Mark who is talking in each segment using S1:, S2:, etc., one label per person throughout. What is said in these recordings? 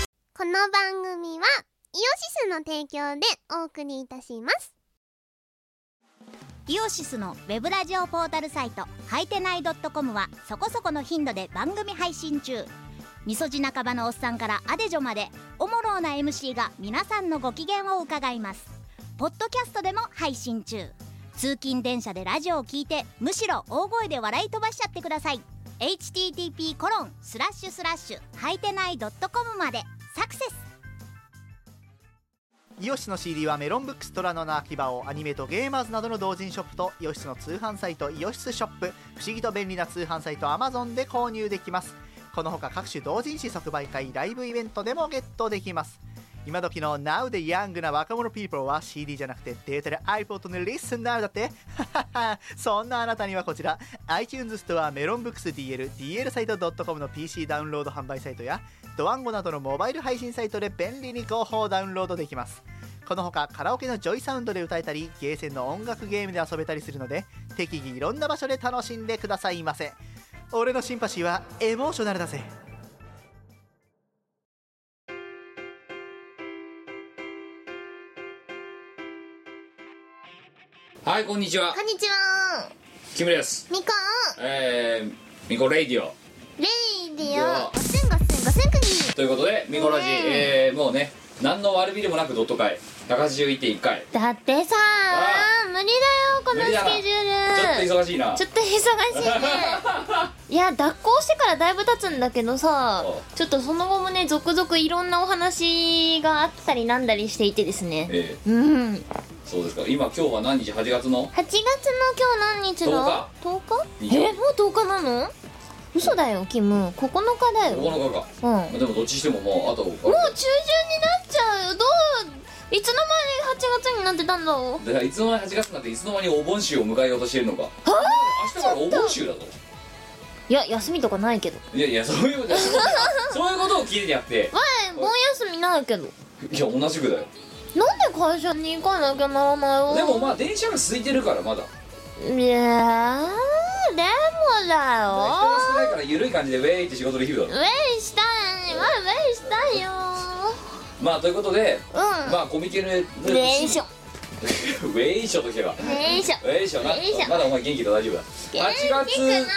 S1: の番組はイオシスの提供でお送りいたします
S2: イオシスのウェブラジオポータルサイトはいてない .com はそこそこの頻度で番組配信中みそじ半ばのおっさんからアデジョまでおもろうな MC が皆さんのご機嫌を伺いますポッドキャストでも配信中通勤電車でラジオを聞いてむしろ大声で笑い飛ばしちゃってください http コロンスラッシュスラッシュはいてない .com までサクセス
S3: イオシスの CD はメロンブックストラノの秋葉をアニメとゲーマーズなどの同人ショップとイオシスの通販サイトイオシスショップ不思議と便利な通販サイト Amazon で購入できますこのほか各種同人誌即売会ライブイベントでもゲットできます今時の Now でヤングな若者 people は CD じゃなくてデータで iPod の Listen Now だって そんなあなたにはこちら iTunes ストアメロンブックス DL DL サイト .com の PC ダウンロード販売サイトやドワンゴなどのモバイル配信サイトで便利に広報ダウンロードできますこのほかカラオケのジョイサウンドで歌えたりゲーセンの音楽ゲームで遊べたりするので適宜いろんな場所で楽しんでくださいませ俺のシンパシーはエモーショナルだぜ
S4: はいこんにちは
S1: こんにちは
S4: 木村です
S1: みこ
S4: えー、ミコレイディオ
S1: レイディ
S4: で
S1: オ
S4: は
S1: 五千五千五千国
S4: ということでミコラジ、
S1: うん
S4: えー、もうね何の悪びれもなくドット会181.1回
S1: だってさ
S4: あ
S1: 無理だよこの
S4: 無理だ
S1: ス
S4: な
S1: ケジ
S4: ち
S1: ュ
S4: ょ
S1: ール
S4: っと忙しいな
S1: ちょっと忙しいね いや脱行してからだいぶ経つんだけどさ
S4: おう
S1: ちょっとその後もね続々いろんなお話があったりなんだりしていてですね
S4: え
S1: うん8
S4: ー、そうですか今今日は何日8月の
S1: 月の今日何日だ10日
S4: 日
S1: えもう10日なの嘘だよキム9日だよ
S4: 9日か、
S1: うんもう
S4: まあ、でもどっちにしてももうあと
S1: 中旬になっちゃうよどういつの間に8月になってたんだろう
S4: だからいつの間に8月になっていつの間にお盆週を迎えようとしているのか明日からお盆週だぞ
S1: いや休みとかないけど
S4: いやいやそういうことそういうことを聞いてんじゃなくて
S1: 前盆休みないけど
S4: いや同じくだよ
S1: なんで会社に行かなきゃならないの
S4: でもまあ電車が空いてるからまだ
S1: いやーでもだ
S4: 人が
S1: よ
S4: 少ないから緩い感じでウェーイって仕事できるだろ
S1: ウェイしたいわウェイしたいよ
S4: まあということで
S1: うん、
S4: まあコミケの ウ
S1: ウェイしょ
S4: ウェイショときてばウ
S1: ウェイしょ
S4: ェイショな
S1: ウェイショ
S4: まだお前元気だ大丈夫だ8
S1: 元気くない
S4: 月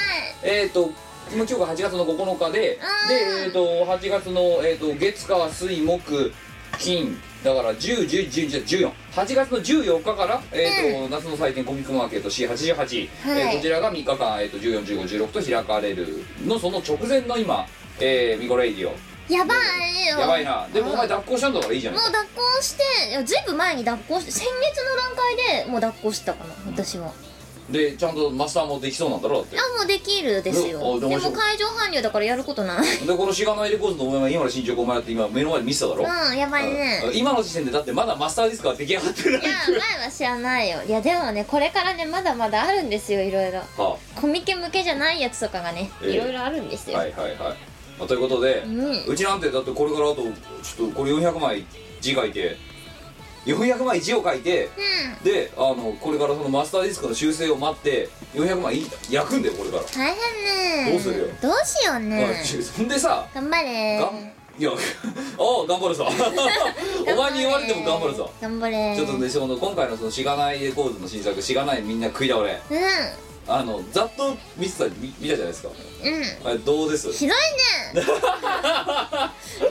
S4: えっと今日が8月の9日でで
S1: うん
S4: えっと8月のえっと月火水木金だから10110148月の14日から、えーと夏の祭典コミックマーケット C88、え
S1: は
S4: ー
S1: い
S4: こちらが3日間、えー、と141516と開かれるのその直前の今、えーミコレイディオ
S1: やばいよ
S4: やばいなでもお
S1: も
S4: 前脱行したんだからいいじゃないう
S1: 脱行していやずいぶん前に脱行して先月の段階でもう脱行したかな私は
S4: でちゃんとマスターもできそうなんだろうだって
S1: あもうできるですよ
S4: うんあ
S1: で
S4: で
S1: も
S4: も
S1: 会場搬入だからやることない
S4: でこのシガナエレコーズのお前が今の進捗を前やって今目の前で見せただろ、
S1: うんやばいね
S4: うん今の時点でだってまだマスターディスクは出来上がってない
S1: いや前は知らないよいやでもねこれからねまだまだあるんですよいろいろ
S4: は
S1: コミケ向けじゃないやつとかがね
S4: ええ
S1: いろいろあるんです
S4: あ
S1: よ、
S4: はいはいはい、まあ、ということで、
S1: う
S4: うんちなんてだってこれからあとちょっとこれ400枚字書いて400枚字を書いて
S1: うん
S4: であのこれからそのマスターディスクの修正を待って400枚焼くんだよこれから、
S1: 大変ね
S4: どうするよ
S1: どうしようね
S4: あちそんでさ
S1: 頑張れ
S4: がんいや ああ頑張るさ お前に言われても頑張るさ
S1: 頑張れ
S4: ちょっとねその今回のそのしがないレコードの新作「しがないみんな食い倒れ
S1: うん」
S4: あのざっと見てた見見たじゃないですか
S1: うん
S4: あれどうです
S1: ひど いね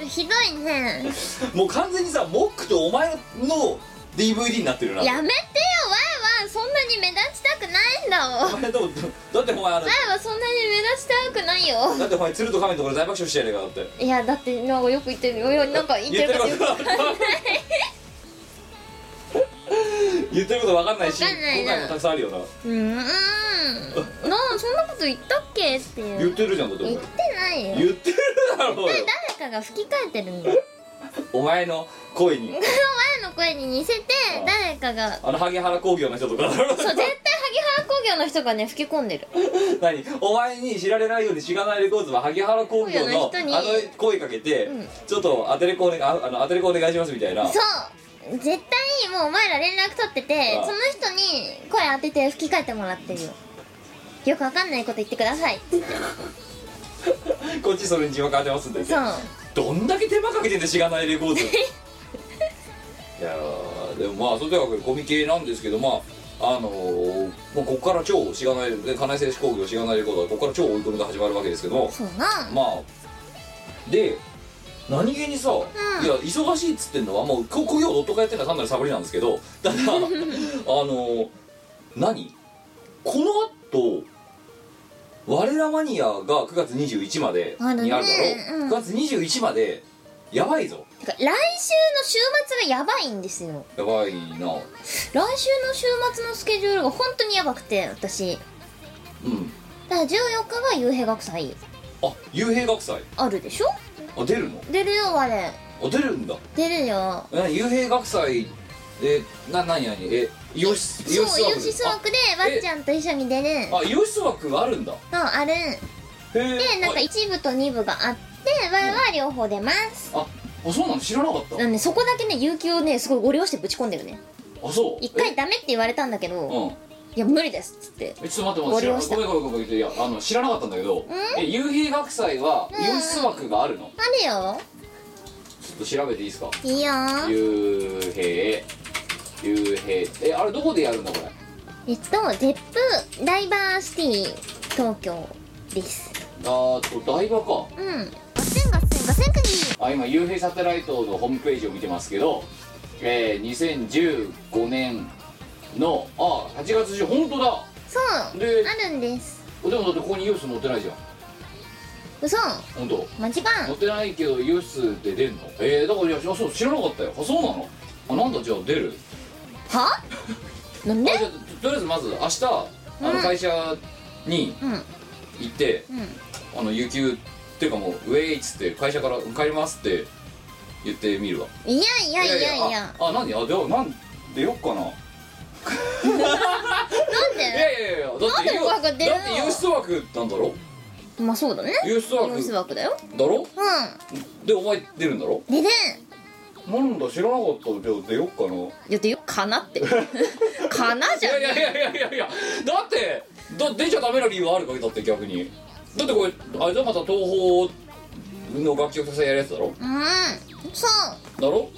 S1: ひどいね
S4: もう完全にさモックとお前の DVD になってるな
S1: やめてよわいはそんなに目立ちたくないんだわわ
S4: お前でもだってお前あの
S1: いはそんなに目立ちたくないよ
S4: だってお前鶴と亀のところ大爆笑してやねえかだって
S1: いやだってなんかよく言ってるよなんか言って
S4: 言
S1: る
S4: って
S1: こ
S4: る
S1: と
S4: こ
S1: よく
S4: と
S1: わ
S4: わかんない言ってることわかんないし
S1: わかんないな
S4: 今回もたくさんあるよな
S1: うーんなあそんなこと言ったっけっていう
S4: 言ってるじゃんだってお
S1: 言
S4: 前
S1: ってないよ
S4: 言ってるだろうよ
S1: 誰かが吹き替えてるんだ よ
S4: お前の声に
S1: 前の声に似せて
S4: あ
S1: 誰かが
S4: あの萩原工業の人とかだろ
S1: そう絶対萩原工業の人がね吹き込んでる
S4: 何お前に知られないようにしがないレコーズは萩原工業
S1: 工業の
S4: の
S1: 人
S4: あ
S1: に
S4: の声かけて、
S1: うん
S4: ちょっとアテレコお願いああのアテレコお願いしますみたいな
S1: そう絶対もうお前ら連絡取ってて
S4: ああ
S1: その人に声当てて吹き替えてもらってるよよくわかんないこと言ってください
S4: こっちそれに字幕当てますんで
S1: そう
S4: どんだけ手間かけてんだしがな いレコードいやーでもまあそれではゴミ系なんですけどまああのーもうここから超しがないで金井製紙工業しがないレコードはここから超追い込みが始まるわけですけども
S1: そうな
S4: まあで何気にさ、
S1: ん
S4: いや忙しいっつってんのはもうこ工業ドットカやってるのは単なるサボりなんですけど ただあの何この後我らマニアが9月21まで
S1: あるね
S4: にあるだろ、
S1: う
S4: うん9月21までやばいぞ
S1: てか来週の週末がやばいんですよ
S4: やばい
S1: 来
S4: な
S1: 週の週末のスケジュールが本当にやばくて私
S4: うん
S1: だから14日が幽閉学祭
S4: あ幽閉学祭
S1: あるでしょ
S4: あ出るの
S1: 出るよ我
S4: あ出るんだ
S1: 出るよ
S4: え幽閉学祭えな何何えイオシス
S1: そう
S4: 枠
S1: ヨシス枠でわっちゃんと一緒に出る
S4: ああイオシス枠があるんだへ
S1: のあるで
S4: え
S1: なんか1部と2部があってわいは両方出ます
S4: ああそうなの知らなかった
S1: なんでそこだけね有給をねすごいご利用してぶち込んでるね
S4: あそう
S1: 一回
S4: え
S1: ダメって言われたんだけど
S4: うん
S1: いや無理ですっつって
S4: えちょっと
S1: ご
S4: 待
S1: 利用
S4: って待って
S1: した
S4: ごめんごめんごめんごめんいやあの知らなかったんだけどえ幽閉学祭は
S1: ん
S4: イオシス枠があるの
S1: あるよ
S4: ちょっと調べていいですか
S1: いいよ
S4: 幽閉幽閉えあれどこでやるんだこ
S1: え
S4: れ
S1: っとゼップダイバーシティ東京です
S4: あーっと台場か
S1: うん
S2: ガッセンガッセンガッセンクニー
S4: あ今幽閉サテライトのホームページを見てますけど、えー、2015年のあ8月中本当だ
S1: そう
S4: で
S1: あるんです
S4: でもだってここにユース載ってないじゃん
S1: 嘘
S4: 本当
S1: 間違
S4: 載っ
S1: う
S4: てないけどユースで出るのえー、だからいやあそう知らなかったよあそうなのあなんだじゃあ出る
S1: はなんで
S4: あじゃあととりあえずまず明日あ
S1: うん
S4: の会社に
S1: うん
S4: 行って、
S1: う
S4: あの有給っていうかもう「ウェイ」っつって会社から「帰ります」って言ってみるわ
S1: んいやいやいやいや
S4: ああ何あでなんでよっかな
S1: なん
S4: い
S1: で
S4: やいやいやだって
S1: なんで
S4: ユー
S1: 枠出るの
S4: だってユース枠なんだろ
S1: まあそうだね
S4: ユース
S1: ユース枠
S4: 枠
S1: だよ
S4: だろ
S1: う
S4: でお前出るんだろ
S1: んでね
S4: なんだ知らなかったじゃあ出よっかない
S1: やでよかなって かなじゃ
S4: いやい
S1: ね
S4: やいやいやいやいやだってだ出ちゃダメな理由はあるかけだって逆にだってこれあれだまた東宝の楽曲としてやるやつだろ
S1: うんそう
S4: だろ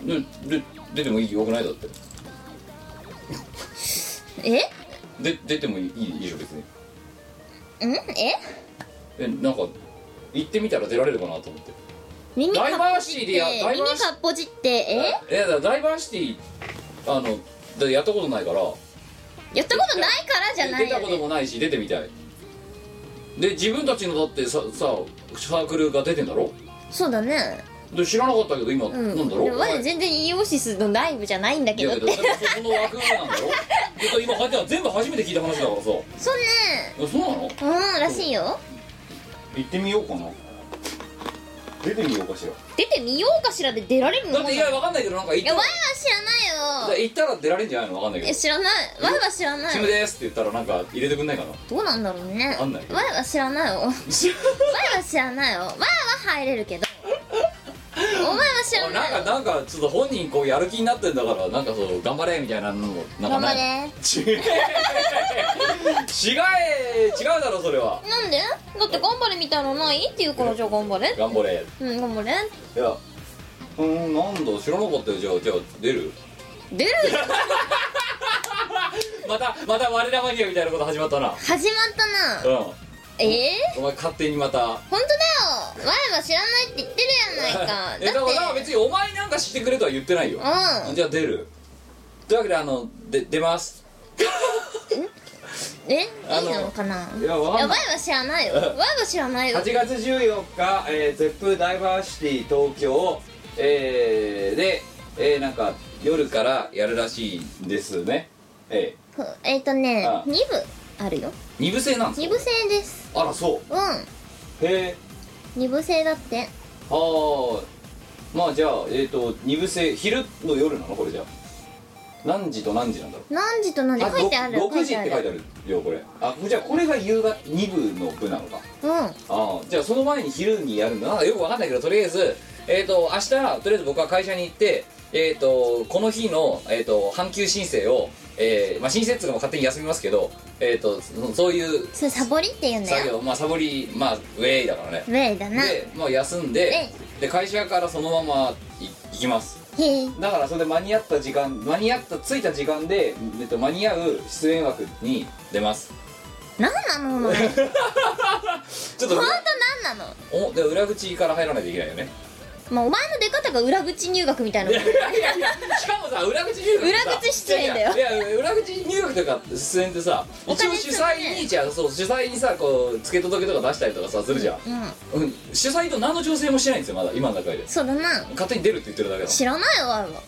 S1: うん
S4: でで出てもいいよくないだって
S1: え
S4: で出てもいいいいでしょ別に
S1: うんえ
S4: えなんか行ってみたら出られるかなと思って
S1: 耳か
S4: ダイ
S1: っ
S4: バ
S1: ぽ
S4: ー
S1: じ
S4: シ
S1: っ
S4: ティ
S1: て
S4: でやダイバ
S1: 耳
S4: ーシティ
S1: かっぽじって
S4: えいやだからダイバーシティあのだやったことないから
S1: えやったことないからじゃない
S4: 出
S1: よ
S4: たこと
S1: ね
S4: もないし出てみたいで自分たちのだってささサークルが出てんだろ
S1: そうだね
S4: で知らなかったけど今、
S1: うん
S4: なんだろ
S1: でも
S4: お
S1: ま
S4: 前
S1: だ全然イオシスのライブじゃないんだ
S4: い
S1: けど
S4: や
S1: っ
S4: け
S1: て
S4: どでもそこの枠なんだろで今入っては全部初めて聞いた話だからさ
S1: そうね
S4: えそうなの
S1: うんらしいよ
S4: 行ってみようかな出てみようかしら
S1: 出てみようかしらで出られるの
S4: だっていやわかんないけどなんか行
S1: い
S4: っ
S1: や
S4: た
S1: わい
S4: ら
S1: は知らないよ
S4: 行ったら出られんじゃないのわかんないけ
S1: え
S4: ど「
S1: 知らないわいは知らな
S4: チ
S1: い
S4: ムです」って言ったらなんか入れてくんないかな
S1: どうなんだろうね
S4: わかんないけど
S1: わいは知らないよわいは知らないよわいは入れる けどお前は知ら
S4: おいな
S1: ない
S4: ん
S1: よ
S4: かなんかちょっと本人こうやる気になってんだからなんかそう頑張れみたいなのもなんか
S1: 頑張
S4: ない
S1: れ
S4: 違え違え違うだろそれは
S1: なんでだって頑張れみたいなのないって言うからじゃあ頑張れ
S4: 頑張れ
S1: うん頑張れ
S4: いやうーんなんだ知らなかったよじゃあじゃあ出る
S1: 出るよ
S4: またまた我らマニアみたいなこと始まったな
S1: 始まった
S4: う
S1: なんええ
S4: お前勝手にまた
S1: 本当だよ前は知らないって言ってる
S4: え
S1: やな
S4: だか
S1: い
S4: らだから
S1: かだっ
S4: 別にお前なんか知ってくれとは言ってないよ
S1: うん
S4: じゃあ出るというわけであので出ます
S1: てえい
S4: あの
S1: いのかない
S4: やわ
S1: や
S4: かん
S1: ば
S4: ない
S1: いは知らないよわいは知らないよ
S4: 8月14日、えー、ゼップダイバーシティ東京、えーで、えーなんか夜からやるらしいんですねえ
S1: ふえっとね
S4: ああ
S1: 2部あるよ
S4: え二部制なんです
S1: 2部制です
S4: あらそう
S1: う
S4: へえ
S1: ん2部制だって
S4: あーまあじゃあえっ、と二部制昼の夜なのこれじゃあ何時と何時なんだろう
S1: 何時と何時書いてある
S4: ろく
S1: 書
S4: 6
S1: い
S4: 時
S1: て
S4: っ
S1: あ
S4: て書いて
S1: る
S4: あるよこれあじゃあこれが夕方二部の部なのか
S1: うん
S4: ああじゃあその前に昼にやるんだなよくわかんないけどとりあえずえっ、と明日とりあえず僕は会社に行ってえっ、とこの日の、えー、と半休申請を、えーまあ、申請っていうのも勝手に休みますけど、えー、とそそういう
S1: それサボりって言うんだ
S4: 作
S1: よ
S4: 業まあサボりまあウェイだからね
S1: ウェイだなへ
S4: で、まあ、休んでで会社からそのままい行きます
S1: え
S4: だからそれで間に合った時間間に合った着いた時間で、えっと、間に合う出演枠に出ます
S1: 何な のお前ほんと
S4: ちょっと
S1: 何なの
S4: おで裏口から入らないといけないよね
S1: まあお前の出方が裏口入学 みたいなもん
S4: いやいやいやしかもさ裏口入学ってさ
S1: 裏口出演だよ
S4: いやいや裏口入学とか出演ってさ
S1: お
S4: 一応
S1: 金
S4: 主催にじゃあそう主催にさこう付け届けとか出したりとかさするじゃん、
S1: うん
S4: うん、主催と何の調整もしてないんですよまだ今の段階で
S1: そうだな
S4: 勝手に出るって言ってるだけだ
S1: 知らないわあれは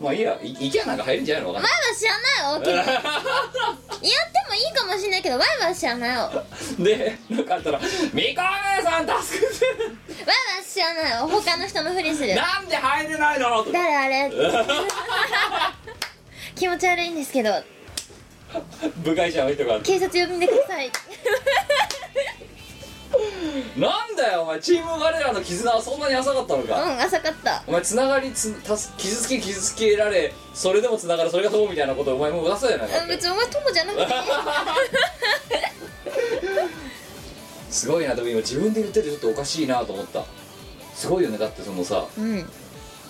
S4: まあいいやい行きゃなんか入るんじゃないのわかん
S1: ワイ
S4: ない
S1: は知らないわ大きいやってもいいかもしんないけどワイは知らないわワイは
S4: でなんかあったら「みかめさん助けて!」
S1: 知らないわ他の人のふりする
S4: なんで入れないのとか
S1: 誰あ れ気持ち悪いんですけど
S4: 部外者の人が
S1: 警察呼んでくだ さい
S4: 「なんだよお前チーム我らの絆はそんなに浅かったの
S1: う
S4: か」
S1: ん浅かった
S4: お前つながりつたす傷つけ傷つけられそれでもつながるそれが友みたいなことをお前もう出すじゃないか
S1: うん
S4: って
S1: 別にお前友じゃなくていい
S4: すごいなでも今自分で言っててちょっとおかしいなと思ったすごいよねだってそのさ
S1: うん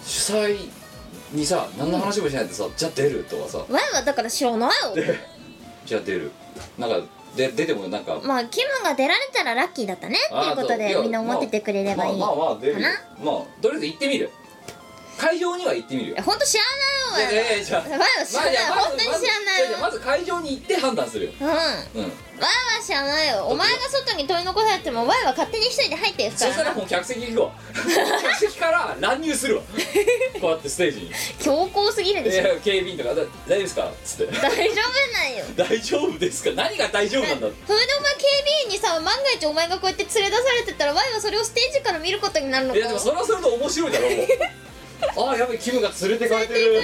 S4: 主催にさ何の話もしないでさ、じゃあ出るとかさ
S1: ワイはだから知らないよ
S4: じゃあ出るなんかで出てもなんか
S1: まあキムが出られたらラッキーだったねっていうこと
S4: あー
S1: で
S4: そう
S1: みんな思っててくれればいい
S4: まあまあまあ出るよ
S1: か
S4: まあとりあえず行ってみる会場には行ってみるよ
S1: いやほんと知らない
S4: い
S1: よ
S4: や
S1: ワ
S4: い
S1: イは
S4: やいやじゃあ
S1: ワイは知らない
S4: まあ
S1: 本当に知らない
S4: やまず会場に行って判断するよ
S1: うんワイは
S4: うん
S1: 知らないよお前が外に取り残されてもワイは勝手に一人で入っていく
S4: そ
S1: か
S4: した
S1: ら
S4: ら
S1: な
S4: もう客席行 くわ客席から乱入するわこうやってステージに
S1: 強硬すぎる
S4: い
S1: でしょ
S4: や警備員とかだ「大丈夫ですか?」っつって
S1: 大丈夫なんよ
S4: 「大丈夫ですか何が大丈夫なんだ」
S1: それでお前警備員にさ万が一お前がこうやって連れ出されてたらワイはそれをステージから見ることになるの
S4: いやでもそれはそれで面白いだろも うああやべキムが連れてかれてる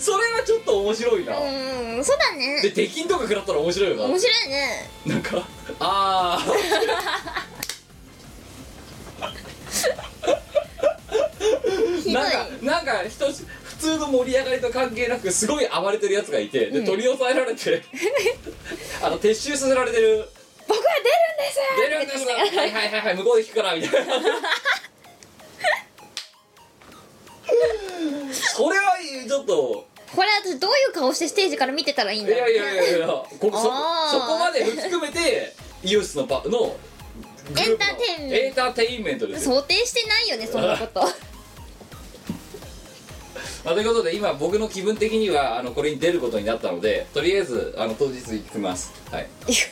S4: それはちょっと面白いな、
S1: うんそうだ
S4: で
S1: ね
S4: 鉄筋とか食らったら面白いよ
S1: 面白いね
S4: ななんかああ
S1: ひどい
S4: なんかなんか人し普通の盛り上がりと関係なくすごい暴れてるやつがいてで
S1: ん
S4: 取り押さえら れてあの撤収させられてる
S1: 僕は
S4: 出るんですはいはいはいはい向こうで聞くからみたいなそれはちょっと
S1: これ私どういう顔してステージから見てたらいいん
S4: い
S1: だ
S4: や
S1: ろ
S4: いうやいやいやここそ
S1: あー
S4: そこまで含めてイオシスのパのグループの
S1: エンターテインメント
S4: エンターテインメントですよ
S1: 想定してないよねそんなこと
S4: まあということで今僕の気分的にはあのこれに出ることになったのでとりあえずあの当日行きますはい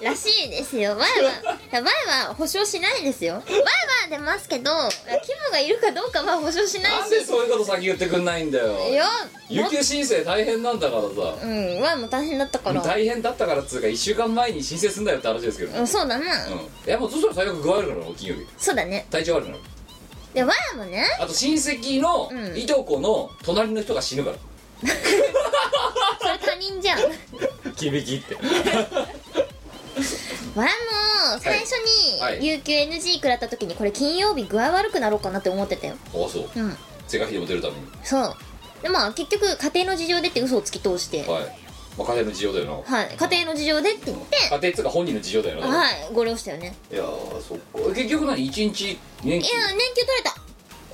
S1: らしいですよワイは前は保証しないですよワイは出ますけどキムがいるかどうかは保証しない
S4: なんで
S1: し
S4: そういうこと先言ってくんないんだよ
S1: いや
S4: 有給申請大変なんだから
S1: う
S4: さ
S1: んワイも大変だったから
S4: 大変だったからっつうか1週間前に申請すんだよって話ですけどね
S1: うんそうだな、
S4: うんいやもうそしたら最悪具合悪くなるの金曜日
S1: そうだね
S4: 体調悪くなる
S1: でワイもね
S4: あと親戚の
S1: うん
S4: いとこの隣の人が死ぬから
S1: それ他人じゃん
S4: キビキって
S1: わも最初
S4: はい
S1: に有給 NG 食らった時にこれ金曜日具合悪くなろうかなって思ってたよ
S4: ああそう
S1: うん
S4: 世界費でも出るために
S1: そうでまあ結局家庭の事情でって嘘をつき通して
S4: はいまあ家庭の事情だよな
S1: はい家庭の事情でって言って
S4: 家庭っつうか本人の事情だよな
S1: はいご了承したよね
S4: いやーそっか結局何1日年
S1: い
S4: 金
S1: や年休取れた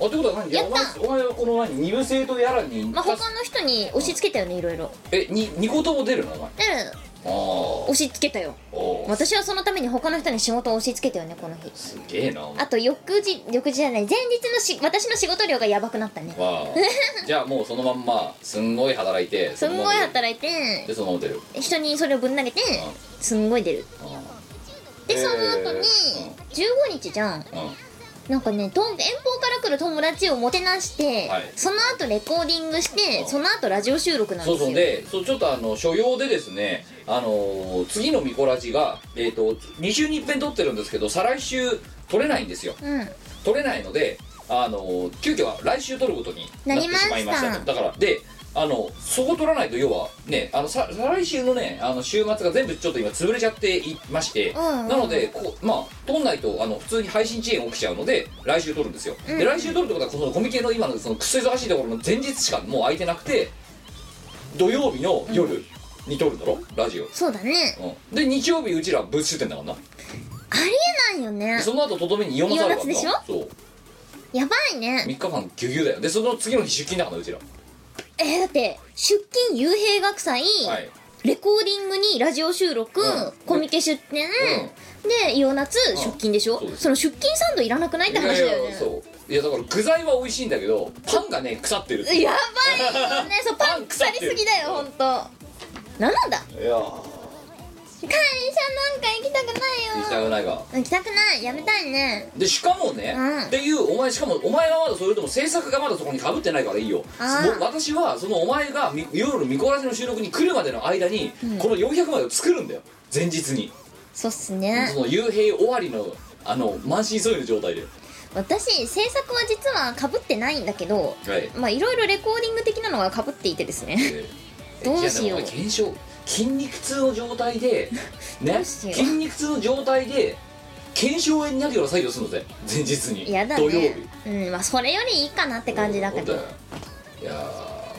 S4: あってことは何
S1: やった
S4: お前お前はこの何二部制とやらに、
S1: まあ他の人に押し付けたよねいろいろ
S4: えに二個とも出るのお前あ
S1: で
S4: あお
S1: 押し付けたよ
S4: お
S1: 私はそのために他の人に仕事を押し付けたよねこの日
S4: すげえなお前
S1: あと翌日翌日じゃない前日のし私の仕事量がやばくなったね
S4: わあじゃあもうそのまんますんごい働いて
S1: すんごい
S4: い
S1: 働いて
S4: でそのまま出る
S1: 人にそれをぶん投げてすんごい出る
S4: あ
S1: で
S4: えー
S1: その後に
S4: うん
S1: 15日じゃん
S4: あうん
S1: なんかねと遠方から来る友達をもてなして、
S4: はい
S1: その後レコーディングして、
S4: うん
S1: その後ラジオ収録なんで
S4: そう
S1: すよ
S4: そうでそうちょっとあの所要でですねあのー次のミコラジがえっ、と2週に一遍撮ってるんですけど再来週撮れないんですよ
S1: うん
S4: 撮れないのであのー急遽は来週撮ることになってしまいました
S1: なりまし
S4: と
S1: た
S4: だからであのそこ取らないと要はねあのさ再来週のねあの週末が全部ちょっと今潰れちゃっていまして、
S1: うんうん
S4: なのでこうまあ取んないとあの普通に配信遅延起きちゃうので来週取るんですよ、
S1: うん
S4: で来週取るってことはそのコミケの今のそのくそ忙しいところの前日しかもう空いてなくて土曜日の夜に撮るんだろラジオ、
S1: そうだね
S4: うん、で日曜日うちら物質店だからな
S1: ありえないよね
S4: でその後とどめに読まざるから
S1: 四月でしょ
S4: なそう
S1: やばいね
S4: 3日間ギュギュだよでその次の日出勤だからなうちら
S1: えー、だって出勤幽閉学祭、
S4: はい
S1: レコーディングにラジオ収録、
S4: うん
S1: コミケ出店、でイオナツ、
S4: ん
S1: 出勤でしょ
S4: そう
S1: そ
S4: です
S1: の出勤サンドいらなくないって話だよね
S4: いやいやそういやだから具材は美味しいんだけどパンがね腐ってるっていう
S1: やばいよ ねそうパン腐りすぎだよほんとなんなんだ
S4: いやー
S1: 会社なんか行きたくない
S4: 行
S1: よ
S4: きたくないが
S1: 行きたくないやめたいね
S4: でしかもね、
S1: うん
S4: っていうお前しかもお前がまだそれとも制作がまだそこにかぶってないからいいよ
S1: あー
S4: もう私はそのお前がみ夜ミコラジの収録に来るまでの間に、この400枚を作るんだよ前日に、
S1: そうっすね
S4: その幽閉終わりのあの満身創痍の状態で
S1: 私制作は実はかぶってないんだけど
S4: はい
S1: まあいろいろレコーディング的なのがかぶっていてですね
S4: えー
S1: どうしよう
S4: いやでもお前検証筋肉痛の状 態で
S1: ど
S4: ね
S1: うしよう
S4: 筋肉痛の状態で腱鞘炎になるような作業するので前日に
S1: やだ
S4: 土曜
S1: ね
S4: 日
S1: うんまあそれよりいいかなって感じだけど
S4: そうだよいや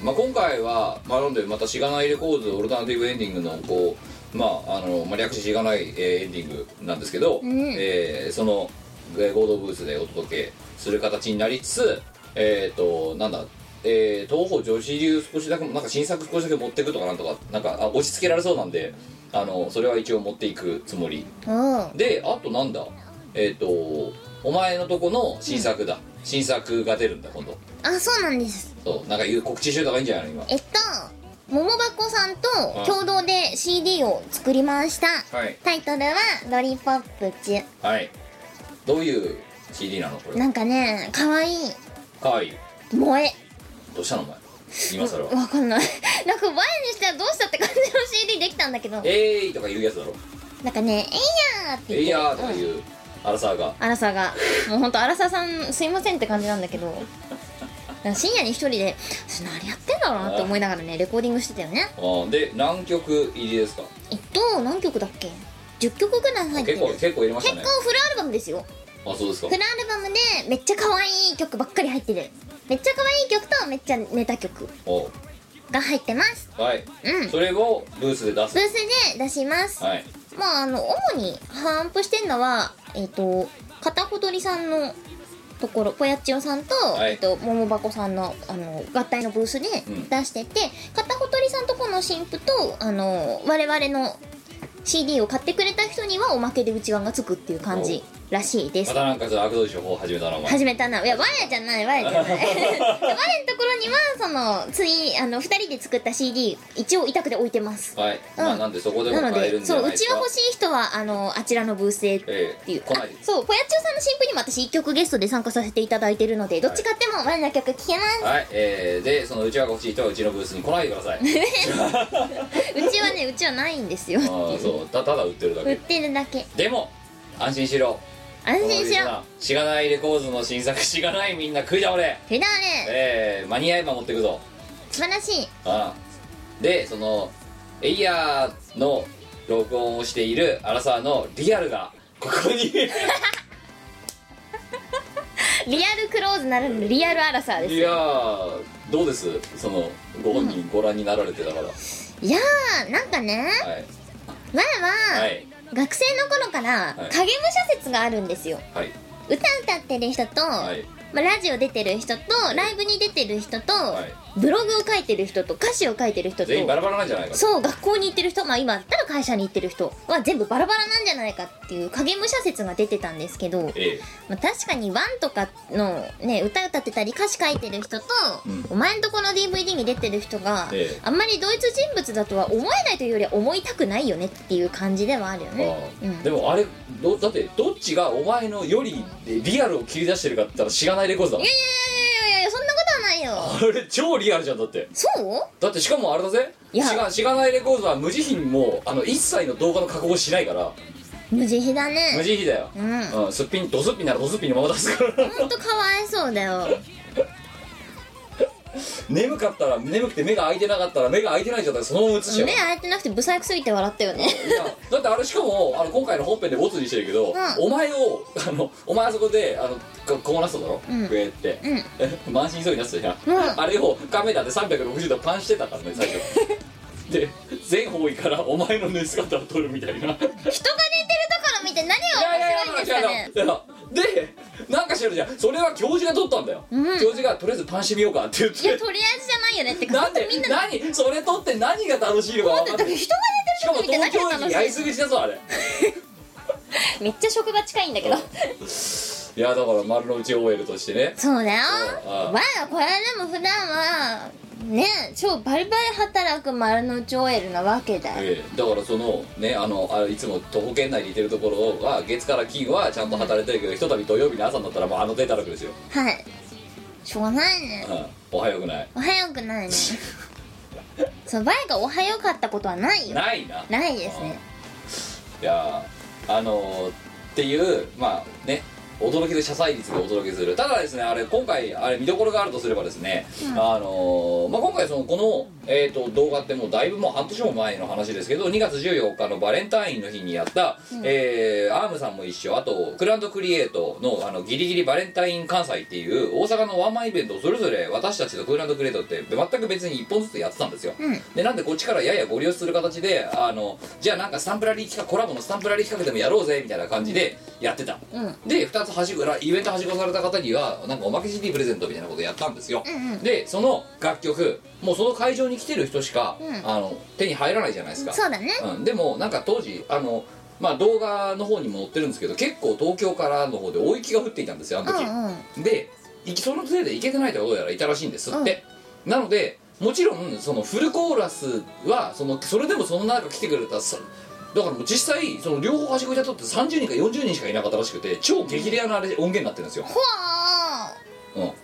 S4: ーまあ今回はまあなんでまたしがないレコードオルタナティブエンディングのこうまああの、まあ、略してしがない、えーエンディングなんですけど、
S1: うん
S4: えーそのえー合同ブースでお届けする形になりつつえっ、となんだえー、東方女子流少しだけなんか新作少しだけ持ってくとかなんとかなんかあ押し付けられそうなんであのそれは一応持っていくつもり
S1: うん
S4: であとなんだえっ、とお前のとこの新作だ、新作が出るんだ今度
S1: あそうなんです
S4: そうなんか言う告知しとかいいんじゃないの
S1: えっと桃箱さんと共同で CD を作りました
S4: 今はい
S1: タイトルは「ロリポップチ
S4: はいどういう CD なのこ」れ
S1: なんかねかわいい
S4: かわいい
S1: 萌え
S4: どうしたのお前今 更は
S1: わかんないなんか前にしてはどうしたって感じの CD できたんだけど
S4: えーいとか言うやつだろ
S1: なんかね「えいやー」って言っ
S4: えい
S1: て
S4: やーとか言うアラサーが
S1: 荒さがもうほんと荒ささんすいませんって感じなんだ けどなんか深夜に一人で私何やってんだろうなって思いながらねレコーディングしてたよね
S4: あーで何曲入りですか
S1: えっと何曲だっけ10曲ぐらい入って
S4: 結
S1: る
S4: 構結構入れまし
S1: 結
S4: たね
S1: 構フルアルバムですよ
S4: あそうですか
S1: フルアルバムでめっちゃ可愛い曲ばっかり入ってるめっちゃ可愛い曲とめっちゃネタ曲
S4: お
S1: が入ってます
S4: はい
S1: うん
S4: それをブースで出
S1: ブ
S4: す
S1: ースで出します
S4: はい
S1: まああの主に反布してんのはえっ、と片小鳥さんのところぽやっちおさんと、
S4: はい
S1: えっと桃箱さんのあの合体のブースで
S4: うん
S1: 出してて、片小鳥さんとこの新婦とあの我々の CD を買ってくれた人にはおまけで内側がつくっていう感じらしいです
S4: またなんかちょっと悪道処方始めたなお前
S1: 始めたないや我じゃない我 じゃないで我のところにはそのついあの2人で作った CD 一応委託で置いてます
S4: はい、まあなんでそこでも
S1: なの
S4: 買える
S1: で
S4: んじゃ
S1: そう
S4: ないうです
S1: ち
S4: か
S1: は欲しい人はあのあちらのブースへって
S4: ええ
S1: いう、
S4: 来ない
S1: あそうぽやっちょさんの新婦にも私1曲ゲストで参加させていただいてるのでどっち買っても我の曲聴けます、
S4: はい、えー、でそのうちは欲しい人はうちのブースに来ないでください
S1: うちはねうちはないんですよ
S4: あーそうたただ売ってるだ
S1: 売
S4: け
S1: ってるだけ
S4: でも安心しろ
S1: 安心し
S4: この
S1: ろ
S4: リスナーしがないレコーズの新作しがないみんな食いだまれ
S1: それだね
S4: えー、間に合えば持ってくぞ
S1: 素晴らしい
S4: ああでそのエイヤーの録音をしているアラサーのリアルがここに
S1: リアルクローズなるリアルアラサーです
S4: いやーどうですそのご本人ご覧になられてだから、
S1: いやーなんかね
S4: はい
S1: 我は、
S4: はい
S1: 学生の頃から
S4: はい
S1: 影武者説があるんですよ
S4: はい
S1: 歌歌ってる人と、
S4: はい
S1: まあ、ラジオ出てる人とライブに出てる人と、
S4: い
S1: ブログを書いてる人と歌詞を書いてる人と
S4: 全員バラバラなんじゃないかと
S1: そう学校に行ってる人まあ今だったら会社に行ってる人は全部バラバラなんじゃないかっていう影武者説が出てたんですけど、
S4: ええ
S1: まあ、確かにワンとかのね歌歌ってたり歌詞書いてる人と、
S4: うん
S1: お前んとこの DVD に出てる人が、
S4: ええ
S1: あんまり同一人物だとは思えないというよりは思いたくないよねっていう感じではあるよね
S4: あ
S1: う
S4: あ
S1: ん
S4: でもあれどだってどっちがお前のよりリアルを切り出してるかって言ったら知らないレコードだ
S1: いやいやいやいやいやそんなことはないよ
S4: あれ超リアルじゃんだって
S1: そう
S4: だってしかもあれだぜ
S1: いや
S4: しがしがないレコードは無慈悲にもうあの一切の動画の加工をしないから
S1: 無慈悲だ
S4: 無
S1: ね
S4: 慈悲だよ、
S1: うん
S4: うん、す っぴんドすっぴんならドすっぴんのまま出すから
S1: ほんとかわいそうだよ
S4: 眠かったら眠くて目が開いてなかったら目が開いてない状態でそのまま映しちゃう
S1: 目開いてなくてブサイクすぎて笑ったよね
S4: いやだってあれしかもあの今回の本編でボツにしてるけど、
S1: ん
S4: お前をあのお前あそこであのここうなしただろ、
S1: うん
S4: 上って
S1: うん
S4: 満身創痍になってたじゃん、
S1: うん
S4: あれをカメラで360度パンしてたからね最初 で全方位からお前の寝姿を撮るみたいな
S1: 人が寝てるところ見て何が面白いんですかね
S4: いやいやいやでなんか知らないじゃんそれは教授が撮ったんだよ、
S1: うん
S4: 教授がとりあえずパンしてみようかって言っ
S1: いや
S4: て
S1: とりあえずじゃないよねって
S4: なんで
S1: みんな
S4: 何それ撮って何が楽しいのか
S1: だっ
S4: 分
S1: て
S4: か
S1: だ
S4: ん
S1: か
S4: な
S1: ら
S4: い
S1: 人が
S4: しかも
S1: 寝てるとこ見て何
S4: 東京
S1: が
S4: 駅や
S1: 楽
S4: り
S1: しい
S4: すぎだぞあれ
S1: めっちゃ職場近いんだけど
S4: いやだから丸の内 OL としてね
S1: そうだよ
S4: そうああ
S1: わあこれでも普段はね超バリバリ働く丸の内 OL なわけだよ
S4: ええだからそのねあのあれいつも徒歩圏内にいてるところは月から金はちゃんと働いてるけどひとたび土曜日の朝になったらもうあの手だらけですよ、
S1: はいしょうがないね
S4: うん、おはようくない
S1: おはようくないねそうバイがおはようかったことはないよ
S4: ないな
S1: ないですね
S4: いやーあのーっていうまあね驚きで謝罪率が驚きするただですねあれ今回あれ見どころがあるとすればですね、あのーまあ、今回そのこの、えー、と動画ってもうだいぶもう半年も前の話ですけど2月14日のバレンタインの日にやった、えーアームさんも一緒あとクランドクリエイトのあのギリギリバレンタイン関西っていう大阪のワンマンイベントをそれぞれ私たちとクランドクリエイトって全く別に1本ずつやってたんですよ、
S1: うん
S4: でなんでこっちからややご利用する形であのじゃあなんかスタンプラリー企画コラボのスタンプラリー企画でもやろうぜみたいな感じでやってた、
S1: うん
S4: で2つはしごらイベントはしごされた方にはなんかおまけ CD プレゼントみたいなことやったんですよ、
S1: うんうん
S4: でその楽曲もうその会場に来てる人しか、
S1: うん
S4: あの手に入らないじゃないですか
S1: そうだね
S4: うん、でもなんか当時あのまあ動画の方にも載ってるんですけど結構東京からの方で大雪が降っていたんですよあ
S1: う
S4: の時、
S1: んうん
S4: で行きそのせいで行けてないってことやらいたらしいんですって、なのでもちろんそのフルコーラスはそのそれでもその中来てくれたさだからもう実際その両方はしごいたとって30人か40人しかいなかったらしくて超激レアなあれ音源になってるんですよ、
S1: ほわ
S4: うん、あ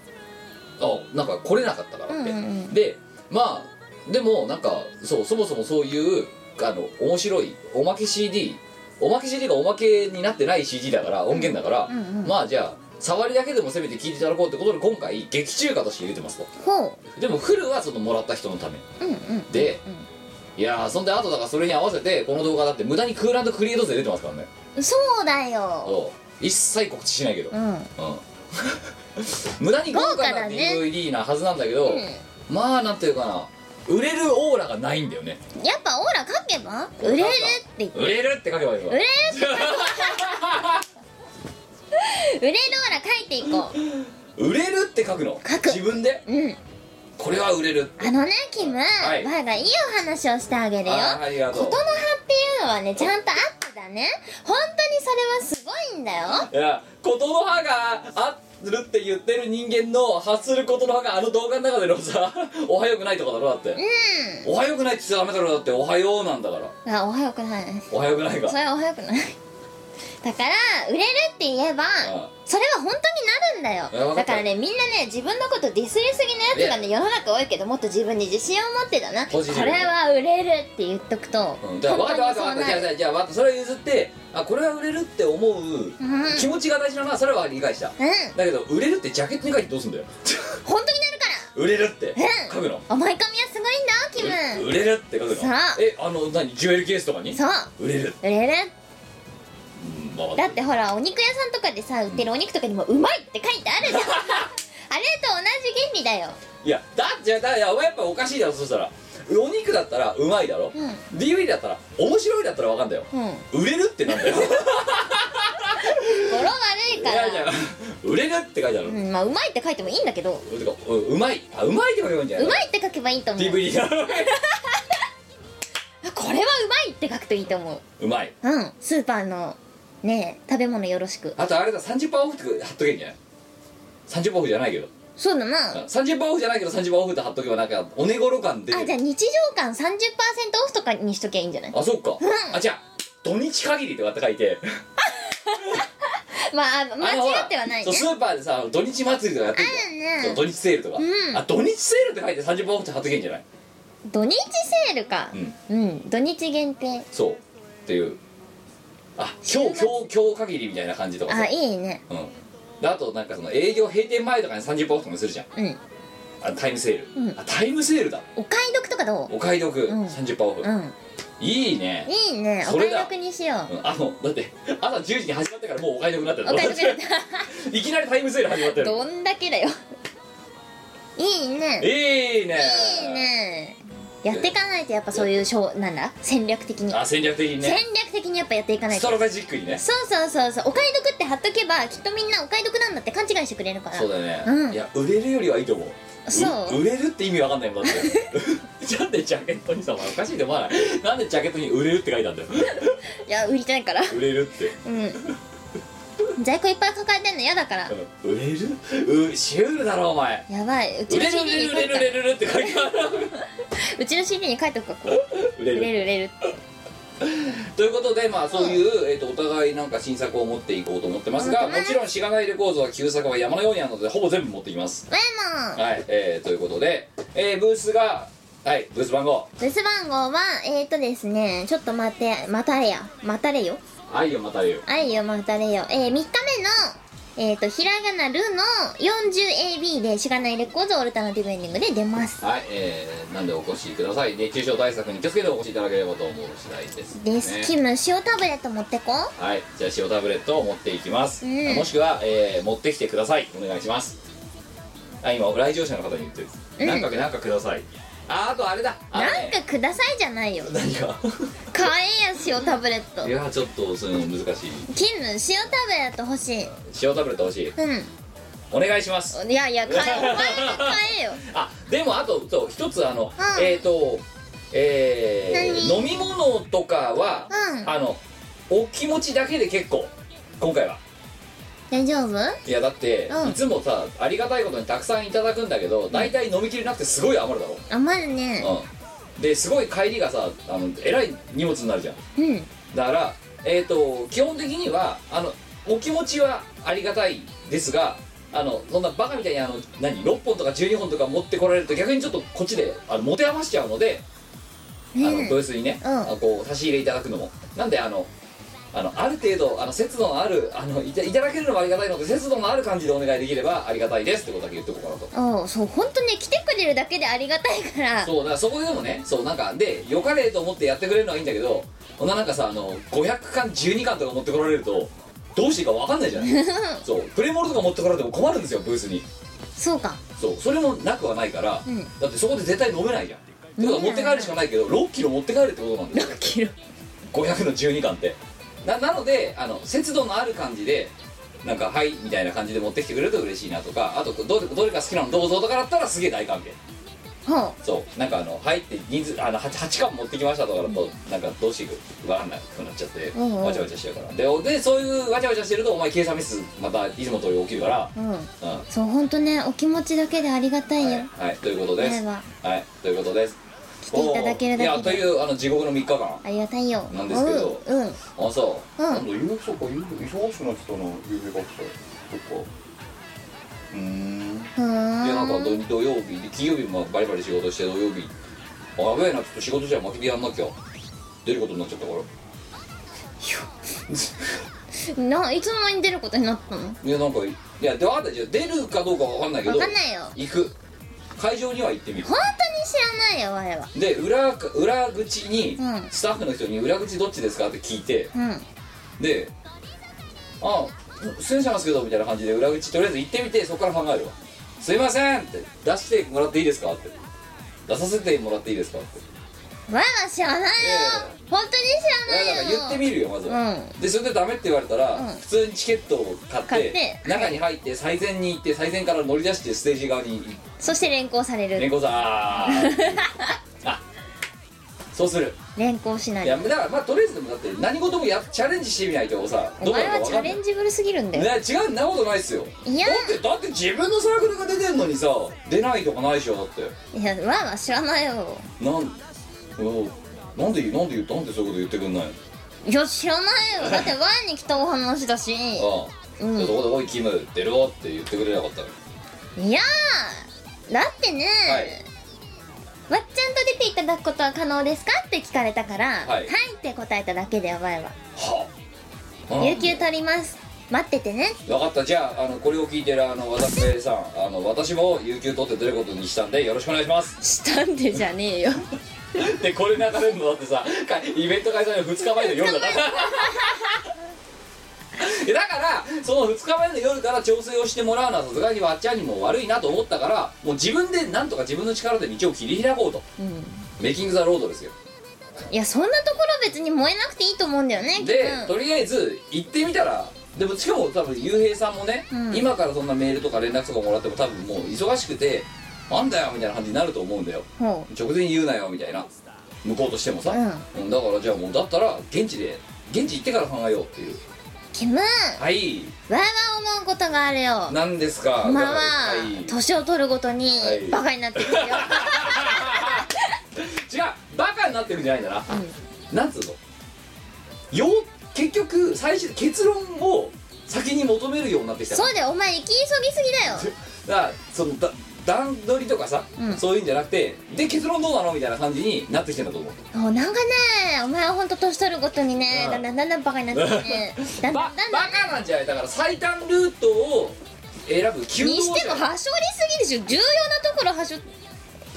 S4: なんか来れなかったからって、
S1: うんうんうん
S4: でまあでもなんかそうそもそもそういうあの面白いおまけ CD おまけ CD がおまけになってない CD だから音源だから、
S1: うんうんうん
S4: まあじゃあ触りだけでもせめて聞いていただこうってことで今回劇中歌として入れてますと
S1: ーほ
S4: でもフルはそのもらった人のため
S1: ううんうん
S4: で、いやーそんであとだからそれに合わせてこの動画だって無駄にクーランドクリエイト勢出てますからね
S1: そうだよ
S4: そう一切告知しないけど、
S1: うんうん
S4: うん無駄に豪
S1: 豪華
S4: 華
S1: だ
S4: な
S1: ね
S4: DVD なはずなんだけどまあなんていうかな売れるオーラがないんだよね
S1: やっぱオーラ書けば売れるって言って
S4: 売れるって書けばいいわ
S1: 売れるって 書けば売れるオーラ書いていこう
S4: 売れるって書くの
S1: 書く
S4: 自分で
S1: うん
S4: これは売れる
S1: あのねキム、
S4: はい
S1: バーがいいお話をしてあげるよ
S4: あーありがとう
S1: 言の葉っていうのはねちゃんとあってだね本当にそれはすごいんだよ
S4: いやことの葉があるって言ってる人間の発することの葉があの動画の中でのさ 「おはようくない」とかだろだって「おはようくない」って言っちゃダメだろだって「おはよう」なんだから
S1: うんあおはようくない
S4: 「おはようくないが」
S1: それはおはようくないだから売れるって言えば
S4: あ
S1: それは本当になるん
S4: い
S1: だ
S4: やわ
S1: よ
S4: かっ
S1: だ
S4: た
S1: からねみんなね自分のことディスりすぎのやつがね世の中多いけどもっと自分に自信を持ってだなこ
S4: ポジティブに
S1: れは売れるって言っとくと
S4: う
S1: 本
S4: ん、だから
S1: 当
S4: 分かっ
S1: に
S4: た
S1: そう
S4: 分かった分かっ
S1: な
S4: たじ
S1: る
S4: ゃあじゃあ分かったそれを譲ってあこれは売れるって思う
S1: うん
S4: 気持ちが大事だなそれは理解した
S1: うん
S4: だけど売れるってジャケットに書いてどうすんだよ
S1: 本当になるから
S4: 売れるって
S1: うん
S4: 書くの
S1: 思い込みはすごいんだよキム
S4: 売れるって書くの
S1: そう
S4: えあの何ジュエルケースとかに
S1: そう
S4: 売れる
S1: 売れる
S4: うんまあ
S1: だってほらお肉屋さんとかでさ売ってるお肉とかにも「うまい!」って書いてある じゃんあれと同じ原理だよ
S4: いやだっじゃあだいやお前やっぱおかしいだろそしたらお肉だったらうまいだろ、
S1: うん
S4: DVD だったら面白いだったら分かんだよ、
S1: うん
S4: 売れるってなん だよ
S1: 語呂悪い
S4: い
S1: から
S4: やいや売れるって書いてある、
S1: うんまあうまいって書いてもいいんだけど
S4: てかううまいあうまいって書けばいいんじゃな
S1: う
S4: い
S1: まいって書けばいいと思う
S4: DVD だ
S1: あこれはうまいって書くといいと思う
S4: うまい
S1: うんスーパーのねえ食べ物よろしく
S4: あとあれだ30%オフって貼っとけんじゃない30%オフじゃないけど
S1: そうだな
S4: うん30%オフじゃないけど30%オフって貼っとけばなんかおねごろ感出て
S1: あ
S4: る
S1: じゃあ日常感30%オフとかにしときゃいいんじゃない
S4: あそっか、あじゃあ土日限りとかって書いて
S1: まああ間
S4: あのほら
S1: 違ってはない
S4: そう
S1: ね
S4: スーパーでさ土日祭りとかやってるじゃん
S1: あるね
S4: そう土日セールとか、
S1: うん
S4: あ土日セールって書いて30%オフって貼っとけんじゃない
S1: 土日セールかうん、土日限定
S4: そうっていうあ今日今日今日限りみたいな感じとかさ
S1: あいいね
S4: うんであとなんかその営業閉店前とかに30%オフとかにするじゃん
S1: うん
S4: あタイムセール、
S1: うん
S4: あタイムセールだ
S1: お買い得とかどう
S4: お買い得、
S1: うん
S4: 30%オフ、
S1: うん
S4: いいね、
S1: いいねお
S4: そ
S1: 買
S4: れ
S1: い
S4: だ
S1: 得にしよ
S4: うんあのだって朝10時に始まってからもうお買い得になってる
S1: うお買い得になっ
S4: いきなりタイムセール始まって
S1: た
S4: る
S1: どんだけだよいいね
S4: い
S1: いい
S4: いね
S1: ねやっていかないとやっぱそういうしょうなんだ戦略的に
S4: あ戦略的に
S1: 戦
S4: ね
S1: 略的にやっぱやっていかない
S4: ス
S1: と
S4: トラテジックにね
S1: そうそうそうそうお買い得って貼っとけばきっとみんなお買い得なんだって勘違いしてくれるから
S4: そうだね、
S1: うん
S4: いや売れるよりはいいと思う
S1: そう
S4: 売れるって意味わかんないもんだって なんでジャケットにさお前おかしいで思わないなんでジャケットに売れるって書いたんだよ
S1: いや売りたいから
S4: 売れるって
S1: うん在庫いっぱい抱えてんの嫌だから
S4: 売れるうシュールだろお前
S1: やばいうちの
S4: 売れる売れ
S1: CD に
S4: る
S1: 書
S4: 売れ
S1: い
S4: る
S1: と
S4: 売れる売れるって書いてある
S1: くうちの CD に書いとくかこう
S4: 売
S1: 売れ
S4: れる
S1: る売れるって
S4: ということでまあそういう、えっとお互いなんか新作を持っていこうと思ってますが
S1: 思ってます
S4: もちろんしがないレコーズは旧作は山のようにあるのでほぼ全部持ってきます
S1: ワイモン
S4: はい、えー、ということで、えー、ブースがはいブース番号
S1: 留守番号はえーとですねちょっと待って待たれや待たれよ
S4: 「愛をまたれる
S1: はいよ待たれよえー、3日目のえーとひらがなるの 40AB でしがないレコードオルタナティブエンディングで出ます」
S4: はいえー、なんでお越しください熱中症対策に気をつけてお越しいただければと思う次第です、ね、
S1: です、キム塩タブレット持ってこう
S4: はいじゃあ塩タブレットを持っていきます、
S1: うん
S4: もしくは、えー持ってきてくださいお願いしますあ今来場者の方に言ってる、
S1: うん
S4: なんかなんかくださいああとあれだあの
S1: なん
S4: ね
S1: かくださいじゃないよ
S4: 何が
S1: 買えや塩タブレット
S4: いやちょっとそういうの難しい
S1: キム塩タブレット欲しい
S4: 塩タブレット欲しい
S1: うん
S4: お願いします
S1: いやいや買えお前買えよ
S4: あでもあとそう一つあの、
S1: うん
S4: えっ、とえー、
S1: 何
S4: 飲み物とかは、
S1: うん
S4: あのお気持ちだけで結構今回は
S1: 大丈夫
S4: いやだって、
S1: うん
S4: いつもさありがたいことにたくさんいただくんだけど大体飲みきれなくてすごい余るだろ
S1: あまるね
S4: うんですごい帰りがさあのえらい荷物になるじゃん
S1: うん
S4: だからえっ、と基本的にはあのお気持ちはありがたいですがあのそんなバカみたいにあの何6本とか12本とか持ってこられると逆にちょっとこっちであの持て余しちゃうので、あ
S1: う
S4: の
S1: ん
S4: ドイツにね、
S1: うん
S4: あのこう差し入れいただくのもなんであのあのある程度あの節度のあるあのいたいただけるのもありがたいので節度のある感じでお願いできればありがたいですってことだけ言っておこうかなと
S1: おうそう本当ね来てくれるだけでありがたいから
S4: そうだからそこでもねそうなんかでよかれと思ってやってくれるのはいいんだけどこんななんかさあの500巻12巻とか持ってこられるとどうしていいか分かんないじゃない そうプレモルとか持ってこられても困るんですよブースに
S1: そうか
S4: そうそれもなくはないから、
S1: うん
S4: だってそこで絶対飲めないじゃんってことは持って帰るしかないけど6キロ持って帰るってことなんですよ
S1: キロ
S4: 500の12巻ってななのであの節度のある感じでなんか「はい」みたいな感じで持ってきてくれると嬉しいなとかあとどれどれが好きなのどうぞとかだったらすげえ大歓迎
S1: ほ
S4: そうなんかあの入って人数あの 8, 8巻持ってきましたとかだと、なんかどうしていくわかんなくなっちゃって、
S1: んうん
S4: わちゃわちゃしちゃうからでおでそういうわちゃわちゃしてるとお前計算ミスまたいつも通り起きるから、
S1: ううん
S4: うんは
S1: そう本当ねお気持ちだけでありがたい
S4: い
S1: よ、
S4: はい、ということ
S1: こ
S4: で
S1: れ
S4: すは
S1: はい
S4: ということです
S1: 来ていただけるだけで
S4: おーいやというあの地獄の3日間
S1: ありがたいよ
S4: なんですけど
S1: うん、うん、
S4: あそう、
S1: うん
S4: なんだ有楽町か有忙しくなってたな夕日が来たそっかうーん
S1: ふーん
S4: いやなんか土土曜日で金曜日もバリバリ仕事して土曜日あやべえなちょっと仕事じゃ巻き火やんなきゃ出ることになっちゃったから
S1: ないつの間に出ることになったの
S4: いやなんかいやでわかんないじゃあ出るかどうかわかんないけど
S1: わかんないよ
S4: 行く会場には行ってみる
S1: 本当に知らないよ我は
S4: で裏か裏口に、
S1: うん
S4: スタッフの人に「裏口どっちですか?」って聞いて
S1: うん
S4: で「あ出演者なんですけど」みたいな感じで裏口とりあえず行ってみてそこから考えるわ「すいません」って「出してもらっていいですか?」って「出させてもらっていいですか?」って
S1: 我は知らないよ
S4: いやいや
S1: 本当に
S4: いやだから
S1: 知ら
S4: 言っ
S1: ない
S4: て
S1: よ
S4: みるよまずは、
S1: う
S4: でそれでダメって言われたら、
S1: うん
S4: 普通にチケットを買って
S1: 買って
S4: 中に入って最前に行って最前から乗り出してステージ側に
S1: そして連行され
S4: 連
S1: る
S4: 行さんあーあそうする
S1: 連行しない
S4: いやだからまあとりあえずでもだって何事もやチャレンジしてみないとさ
S1: お
S4: どうな
S1: 前
S4: るか
S1: はチ
S4: 分か
S1: ャ
S4: んな
S1: レ
S4: い
S1: ンジブルすぎるんだよ
S4: ね、違うんなことないっすよ
S1: いや
S4: だってだって自分のサークルが出てんのにさ出ないとかないでしょだって
S1: いやわは知らないよ
S4: なんうんなんで言うなんで言うなんでそういうこと言ってくんないの
S1: いや知らないよだってわに来たお話だし
S4: ああ
S1: うん
S4: そこで「おいキム出ろ」って言ってくれなかったの
S1: いやーだってね、
S4: はい
S1: わっちゃんと出ていただくことは可能ですかって聞かれたから「
S4: は
S1: はいい」って答えただけでやばいわ
S4: は
S1: 「
S4: あ
S1: 有給取ります」待っててね
S4: 分かったじゃああのこれを聞いてるあの渡辺さんあの私も有給取って出ることにしたんでよろしくお願い します
S1: したんでじゃねえよ
S4: でこれ流れるのだってさかイベント開催の2日前の夜だからえだからその2日前の夜から調整をしてもらうのはさすがにわっちゃんにも悪いなと思ったからもう自分でなんとか自分の力で道を切り開こうと
S1: うん
S4: メイキング・ザ・ロードですよ
S1: いやそんなところ別に燃えなくていいと思うんだよね
S4: で
S1: 君
S4: とりあえず行ってみたらでもしかも多分ゆうへいさんもね、
S1: うん
S4: 今からそんなメールとか連絡とかもらっても多分もう忙しくてなんだよみたいな感じになると思うんだよ
S1: ほ
S4: 直前に言うなよみたいな向こうとしてもさ、
S1: う
S4: うんだからじゃあもうだったら現地で現地行ってから考えようっていう
S1: うキムわ
S4: はい
S1: ーわー思うことがあるよ
S4: 何ですか
S1: まあ
S4: だ
S1: は
S4: からはい
S1: 年を取るごとに
S4: はい
S1: バカになってくるよ、
S4: 違うバカになってるんじゃないんだな、なんつうのよ結局最終結論を先に求めるようになってきた
S1: そうだよお前行き急ぎすぎだよ
S4: だからそのだ段取りとかさ、
S1: うん
S4: そういうんじゃなくてで結論どうなのみたいな感じになってきてんだと思う
S1: もうなんかねお前はほんと年取るごとにね
S4: うん
S1: だんだんだんだんバカになってきてね だんだ
S4: バ
S1: んだんだん
S4: バカなんじゃないだから最短ルートを選ぶ急
S1: にしてもはしょりすぎでしょ重要なところはしょ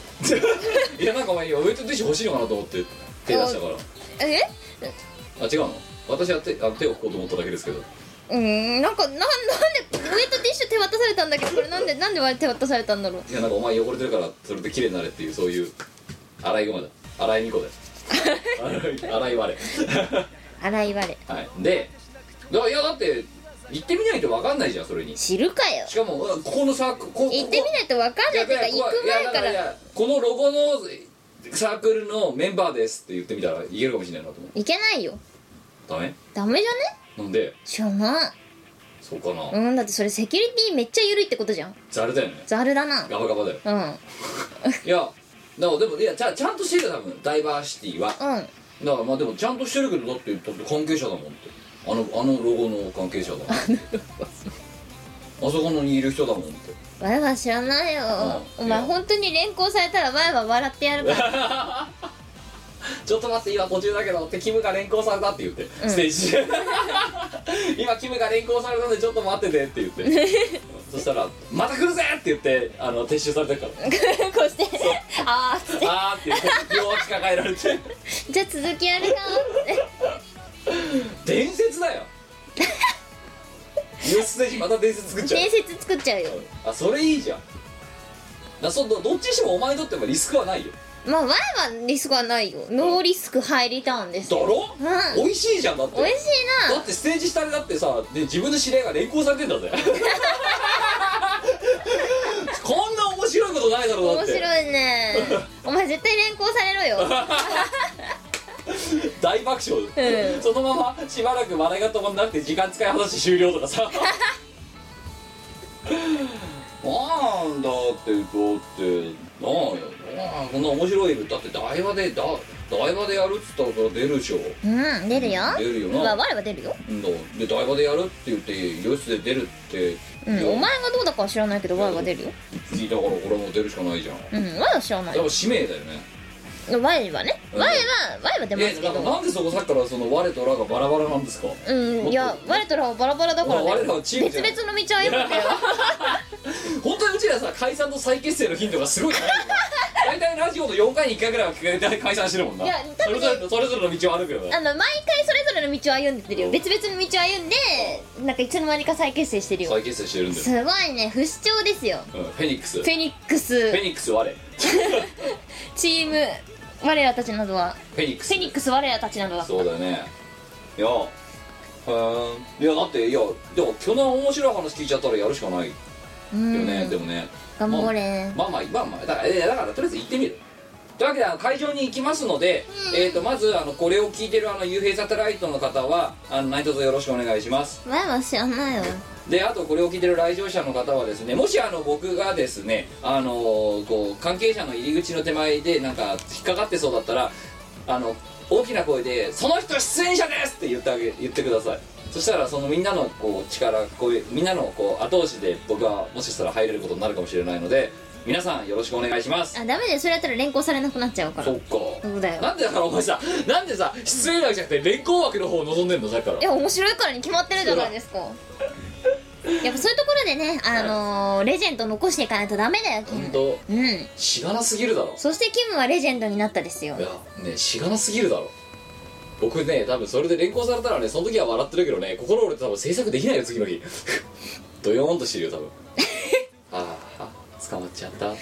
S4: いやなんかお前ウェイトティッシュ欲しいのかなと思って手出したから
S1: え
S4: あ違うの私は手あ手を拭こうと思っただけですけど
S1: うーんなんかなんなんでウェイトティッシュ手渡されたんだけどこれなんでなんで手渡されたんだろう
S4: いやなんかお前汚れてるからそれで綺麗になれっていうそういう洗い駒だ洗い巫女 だよ洗い洗い割
S1: 洗いわれ
S4: れはいでだいやだって行ってみないと分かんないじゃんそれに
S1: 知るかよ
S4: しかもうんここのサークルここ
S1: 行ってみないとわかんないっていうか
S4: いやいや
S1: 行く
S4: いや
S1: 前か
S4: いやい
S1: ら
S4: やこのロゴのサークルのメンバーですって言ってみたらいけるかもしれないなと思う
S1: いけないよ
S4: ダメ
S1: ダメじゃね
S4: なんで
S1: しょうな
S4: そうかな
S1: うんだってそれセキュリティめっちゃ緩いってことじゃん
S4: ざるだよね
S1: ザルだな
S4: ガバガバだよ
S1: うんうん
S4: いやだからでもいやちゃちゃんとしてるよ多分ダイバーシティはだか
S1: あ
S4: らまあでもちゃんとしてるけどだってだって関係者だもんってあのあのロゴの関係者 だもんあそこのにいる人だもんって
S1: わいは知らないよ
S4: う
S1: お
S4: ん
S1: 前
S4: いや
S1: 本当に連行されたらわいは笑ってやるから
S4: ちょっと待って今途中だけどってキムが連行されたって言って、
S1: うん
S4: ステージ 中今キムが連行されたんでちょっと待っててって 言ってそしたら「また来るぜ!」って言ってあの撤収されてるから
S1: こうしてああ
S4: 「あー」って言って両脇抱えられて
S1: じゃあ続きやるか
S4: 伝説 だよニュースステージまた伝説作っちゃう
S1: 伝説作っちゃうよ
S4: あそれいいじゃんだそどどっちにしてもお前にとってもリスクはないよ
S1: まあわいはリスクはないよノーリスクハイリターンです
S4: だろ、
S1: うん
S4: 美味しいじゃんだって
S1: 美味しい
S4: だってステージ下でだってさで自分の知り合いが連行されてん だぜこんな面白いことないだろ
S1: な
S4: だ
S1: 面
S4: って
S1: 白い ねお前絶対連行されろよ
S4: 大爆笑、
S1: うん
S4: そのまましばらく笑いが止まんなくて時間使い果たして終了と かさなんだってだってなんよなんこんな面白いだって台場でだ台場でやるっつったらそれは出るでしょ
S1: うん出るよ
S4: 出るよな
S1: まあ我は出るよ、
S4: うんで台場でやるって言って医室で出るって、
S1: うん
S4: いや
S1: お前がどうだかは知らないけど我は出るよ
S4: 聞いたからこれも出るしかないじゃん、
S1: うん我は知らない
S4: でも使命だよね
S1: 我はね我は我は出ます
S4: え
S1: け
S4: なんか
S1: ど
S4: なんでそこさっきからその我とらがバラバラなんですか
S1: うんいや我とらはバラバラだから
S4: まあ我
S1: ね
S4: らはチームじ
S1: 別
S4: ゃん
S1: 々の道を歩むん だよ
S4: 本当にうちらさ解散と再結成の頻度がすごい高いよな 大体ラジオの4回に1回ぐらいは大体解散してるもんない
S1: や多
S4: それ
S1: 分ね
S4: ぞれのそれぞれの道を歩くよ
S1: あ
S4: な
S1: の毎回それぞれの道を歩んでてるよ別々の道を歩んでなんかいつの間にか再結成してるよ
S4: 再結成してるんだよ、
S1: すごいね不死鳥ですよ
S4: うん、フェニックス
S1: フ
S4: フ
S1: ェニックス
S4: ェニックス我
S1: チーム我らたちなどは
S4: フェニックス
S1: フェニックス我らたちなどは
S4: そうだよねいやへえいやだっていやでも去年面白い話聞いちゃったらやるしかないよ
S1: うん
S4: ね、でもね
S1: 頑張れ
S4: まあまあまあまあだからえだからとりあえず行ってみるというわけであの会場に行きますので、えー、とまずあのこれを聞いてるあの幽閉サテライトの方はあの何卒よろしくお願いします
S1: 前は知らないよ
S4: であとこれを聞いてる来場者の方はですねもしあの僕がですねあのこう関係者の入り口の手前でなんか引っかかってそうだったらあの大きな声で「その人出演者です!」って言ってあげ言ってくださいそしたらそのみんなのこう力こういうみんなのこう後押しで僕はもしかしたら入れることになるかもしれないので皆さんよろしくお願いします
S1: あダメだよそれやったら連行されなくなっちゃうから
S4: そっか
S1: そうだよ
S4: なんでだからお前さなんでさ失礼だけじゃなくて連行枠の方を望んでんのさっきから
S1: いや面白いからに決まってるじゃないですかやっぱそういうところでねあのーレジェンド残していかないとダメだよキ
S4: 本
S1: ム
S4: 当
S1: うん
S4: しがなすぎるだろ
S1: そしてキムはレジェンドになったですよ
S4: いやねしがなすぎるだろ僕ね多分それで連行されたらねその時は笑ってるけどね心折れて多分制作できないよ次の日 ドヨーンとしてるよ 多分あーあ捕まっちゃ ったって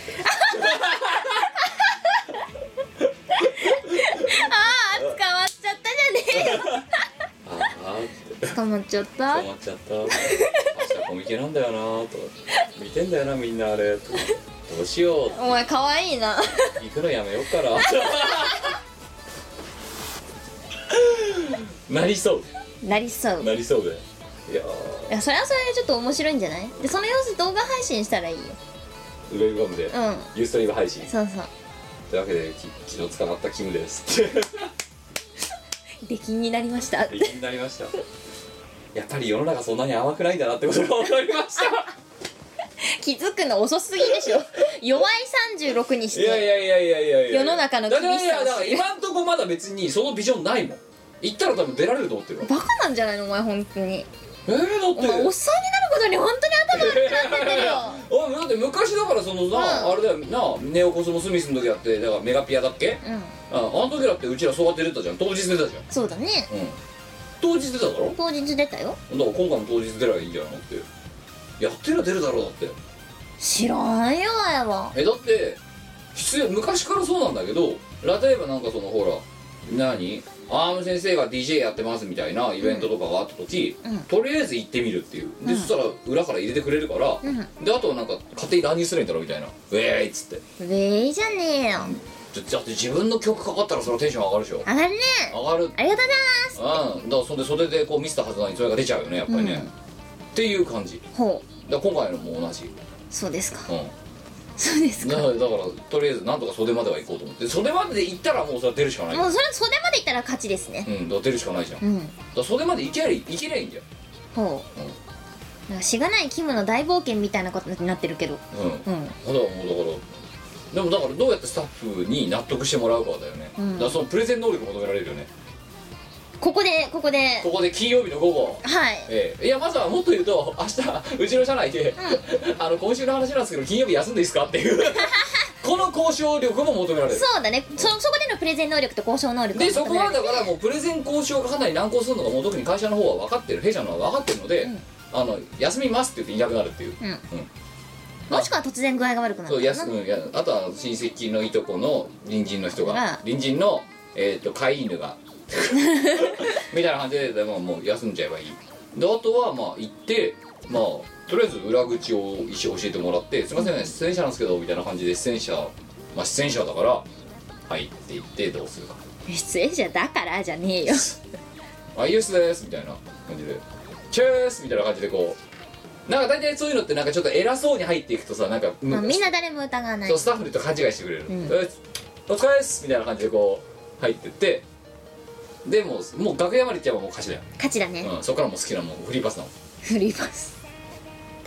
S1: あ捕まっちゃったじゃね
S4: ああって
S1: えよ 捕まっちゃった
S4: 捕まっちゃったって明日コミケなんだよなと思って見てんだよなみんなあれと思って どうしよう
S1: お前可愛いな
S4: 行くのやめよっか ななりそ
S1: なりそうう
S4: なりそうでいや
S1: いやそれはそれでちょっと面白いんじゃないでその様子動画配信したらいいよ
S4: ーウェブガムで、
S1: うん
S4: ユーストリーム配信
S1: そうそう
S4: というわけでき昨日捕まったキムです
S1: 出禁になりました
S4: 出禁になりましたやっぱり世の中そんなに甘くないんだなってことが分かりまし
S1: 気づくの遅すぎで しょ弱い36にしたて
S4: いやいやいやいやいやいや
S1: 世の中の厳
S4: だ
S1: し
S4: か
S1: さを
S4: らいやだから今んとこまだ別にそのビジョンないもん行ったら多分出られると思ってるわ
S1: バカなんじゃないのお前本当に
S4: えー、だ
S1: お
S4: って
S1: 前おっさんになることに本当に頭悪くなってってるよ
S4: おいだって昔だからそのな、
S1: うん
S4: あれだよなネオコスモスミスの時だってだからメガピアだっけ、
S1: うん
S4: ああの時だってうちらそうやって出たじゃん当日出たじゃん
S1: そうだね
S4: うん当日出ただろだか
S1: 当日出たよ
S4: ら今回も当日出ればいいんじゃないのってやってりゃ出るだろうだって
S1: 知らんよあやは
S4: えだって必要昔からそうなんだけど例えばなんかそのほら何アーム先生が DJ やってますみたいなイベントとかがあった時、
S1: うん
S4: とりあえず行ってみるっていうで、
S1: うん
S4: そしたら裏から入れてくれるから、
S1: うんウ
S4: であとはなんか勝手に乱入するんだろみたいな「ウェーイ!」っつって
S1: ェイじゃねえよ
S4: だだって自分の曲かかったらそれはテンション上がるでしょ
S1: 上がるね
S4: 上がる
S1: ありがとう
S4: うんだからそんで袖でこうミスったはずなのにそれが出ちゃうよねやっぱりね、
S1: うん
S4: っていう感じだか
S1: ございますほ
S4: ら今回のも同じ、
S1: うそうですか
S4: う
S1: そうです
S4: ん、
S1: か
S4: だ
S1: も
S4: か
S1: う
S4: らだからとりあえずなんとか袖までは行こうと思って袖までで行ったらもうそれは出るしかない
S1: それ袖まで行ったら勝ちですね
S4: うんだから出るしかないじゃんだか
S1: うん
S4: ら袖まで行けりゃいい行けりゃいいんだよ
S1: ほう
S4: うん
S1: なんかしがないキムの大冒険みたいなことになってるけど
S4: うんだか
S1: うん
S4: らもうだからでもだからどうやってスタッフに納得してもらうかだよね、
S1: うん
S4: だからそのプレゼン能力求められるよね
S1: ここでここで
S4: ここで金曜日の午後
S1: はい
S4: ええ、いやまずはもっと言うと明日うちの社内で、あの今週の話なんですけど金曜日休んでいいですかっていう この交渉力も求められる
S1: そうだねそそこでのプレゼン能力と交渉能力が
S4: でそ
S1: 求
S4: こ
S1: めら
S4: は
S1: れる
S4: だからもうプレゼン交渉がかなり難航するのがもう特に会社の方は分かってる弊社の方は分かってるので、
S1: うん
S4: あの休みますって言っていなくなるっていう
S1: うんもしくは突然具合が悪くなる
S4: そう
S1: から
S4: や
S1: な
S4: すうんいやあとは親戚のいとこの隣人の人
S1: が
S4: が隣人の、えー、と飼い犬 がみたいな感じででももう休んじゃえばいいであとはまあ行ってまあとりあえず裏口を一応教えてもらって「すいません出演者なんですけど」みたいな感じで出演者まあ出演者だから「はい」って言ってどうするか
S1: 出演者だからじゃねえよ
S4: 「あイエスです」みたいな感じで「チェース」みたいな感じでこうなんか大体そういうのってなんかちょっと偉そうに入っていくとさなんか、
S1: まあみんな誰も疑わない
S4: そうスタッフの人勘違いしてくれる、
S1: うん
S4: えお疲れですみたいな感じでこう入ってってでもうもう楽屋まで行っちゃえばもう勝ちだよ、
S1: 勝ちだね
S4: うん、そこからもう好きなもうフリーパスな
S1: フリーパス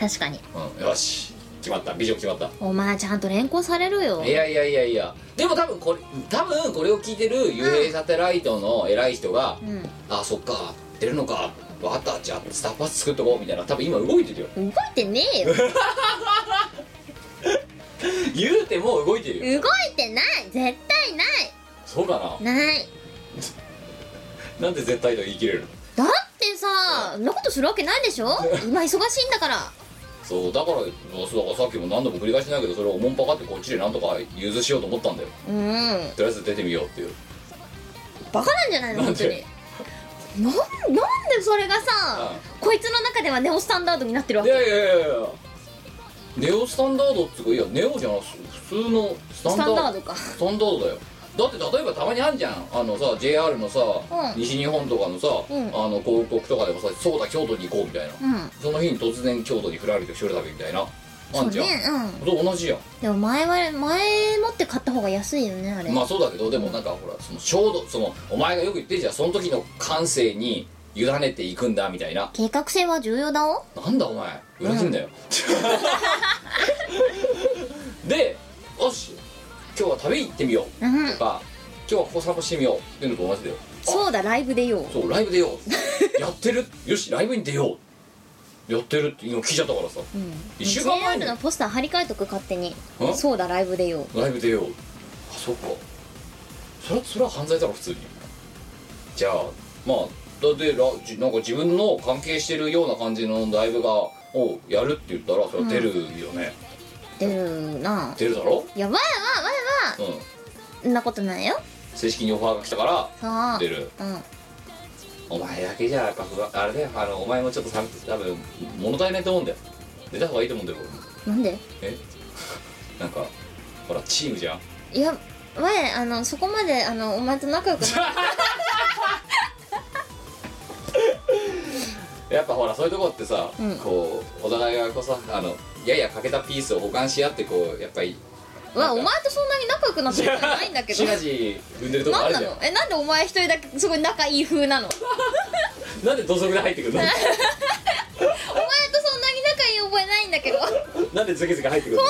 S1: 確かに
S4: の、うん、よし決まったビジョン決まった
S1: お前ちゃんと連行されるよ
S4: いやいやいやいやでも多分これ多分これを聞いてる幽霊サテライトの偉い人が「
S1: うん
S4: あそっか出るのか分かったじゃあスタッフパス作っとこう」みたいな多分今動いてるよ
S1: 動いてねえよ
S4: 言うてもう動いてるよ
S1: 動いてない絶対ない
S4: そうかな
S1: ない
S4: なんで絶対と言い切れるの
S1: だってさそんなことするわけないでしょ今忙しいんだから
S4: そうだからそうだからさっきも何度も繰り返しないけどそれをおもんぱかってこっちでなんとか融通しようと思ったんだよ
S1: うん
S4: とりあえず出てみようっていう
S1: バカなんじゃないの
S4: なん
S1: 本当に
S4: で
S1: なんなんでそれがさ
S4: うん
S1: こいつの中ではネオスタンダードになってるわ
S4: い
S1: け
S4: やいやいやいやネオスタンダードっつうかいやネオじゃなく普通のスタ
S1: ス
S4: ンダ
S1: タン
S4: ード
S1: ダードか
S4: スタンダードだよだって例えばたまにあんじゃんあのさ JR のさ、
S1: うん
S4: 西日本とかのさ、
S1: うん
S4: あの広告とかでもさそうだ京都に行こうみたいな、
S1: うん
S4: その日に突然京都に振られて一人旅みたいなあ
S1: そ
S4: ん
S1: う
S4: じゃん
S1: ねうん
S4: そう同じやん
S1: でも前は前もって買った方が安いよねあれ、
S4: まあそうだけどでもなんかほらその衝動そのお前がよく言ってるじゃんその時の感性に委ねていくんだみたいな
S1: 計画性は重要だお
S4: なんだお前裏切んだよ、でよし今日は旅行ってみよう
S1: うん
S4: とか今日はここ散歩してみようっていうのと同じだよ
S1: そうだライブ出よう
S4: そうライブ出ようやってるよしライブに出ようやってるって今聞いちゃったからさ
S1: うん
S4: 一週間前に
S1: JR のポスター張り替えとく勝手に
S4: ん
S1: そうだライブ出よう
S4: ライブ出ようあそっかそれはそれは犯罪だろ普通にじゃあまあだってらじなんか自分の関係してるような感じのライブがをやるって言ったらそれは出るよね、
S1: 出るなぁ
S4: 出るだろ
S1: いやわいわいわいわ
S4: うん
S1: そんなことないよ
S4: 正式にオファーが来たから
S1: そううん
S4: 出るお前だけじゃやっぱ不安あれだよあのお前もちょっとさ多分物足りないと思うんだよ出た方がいいと思うんだよ
S1: なんで
S4: えなんかほらチームじゃん
S1: いやわいあのそこまであのお前と仲良くな
S4: やっぱほらそういうとこってさ、
S1: うん
S4: こうお互いがこうさあのやや欠けたピースを補完し合ってこうやっぱり
S1: わいお前とそんなに仲良くなったことないんだけど
S4: シナジー生んでるとこあ
S1: なん
S4: る
S1: な
S4: じゃん
S1: のえなんでお前一人だけすごい仲いい風なのお前と
S4: なんで土足で入ってくる の
S1: そんなに仲いい覚えないんだけど本
S4: なんでズケズケ入ってくるの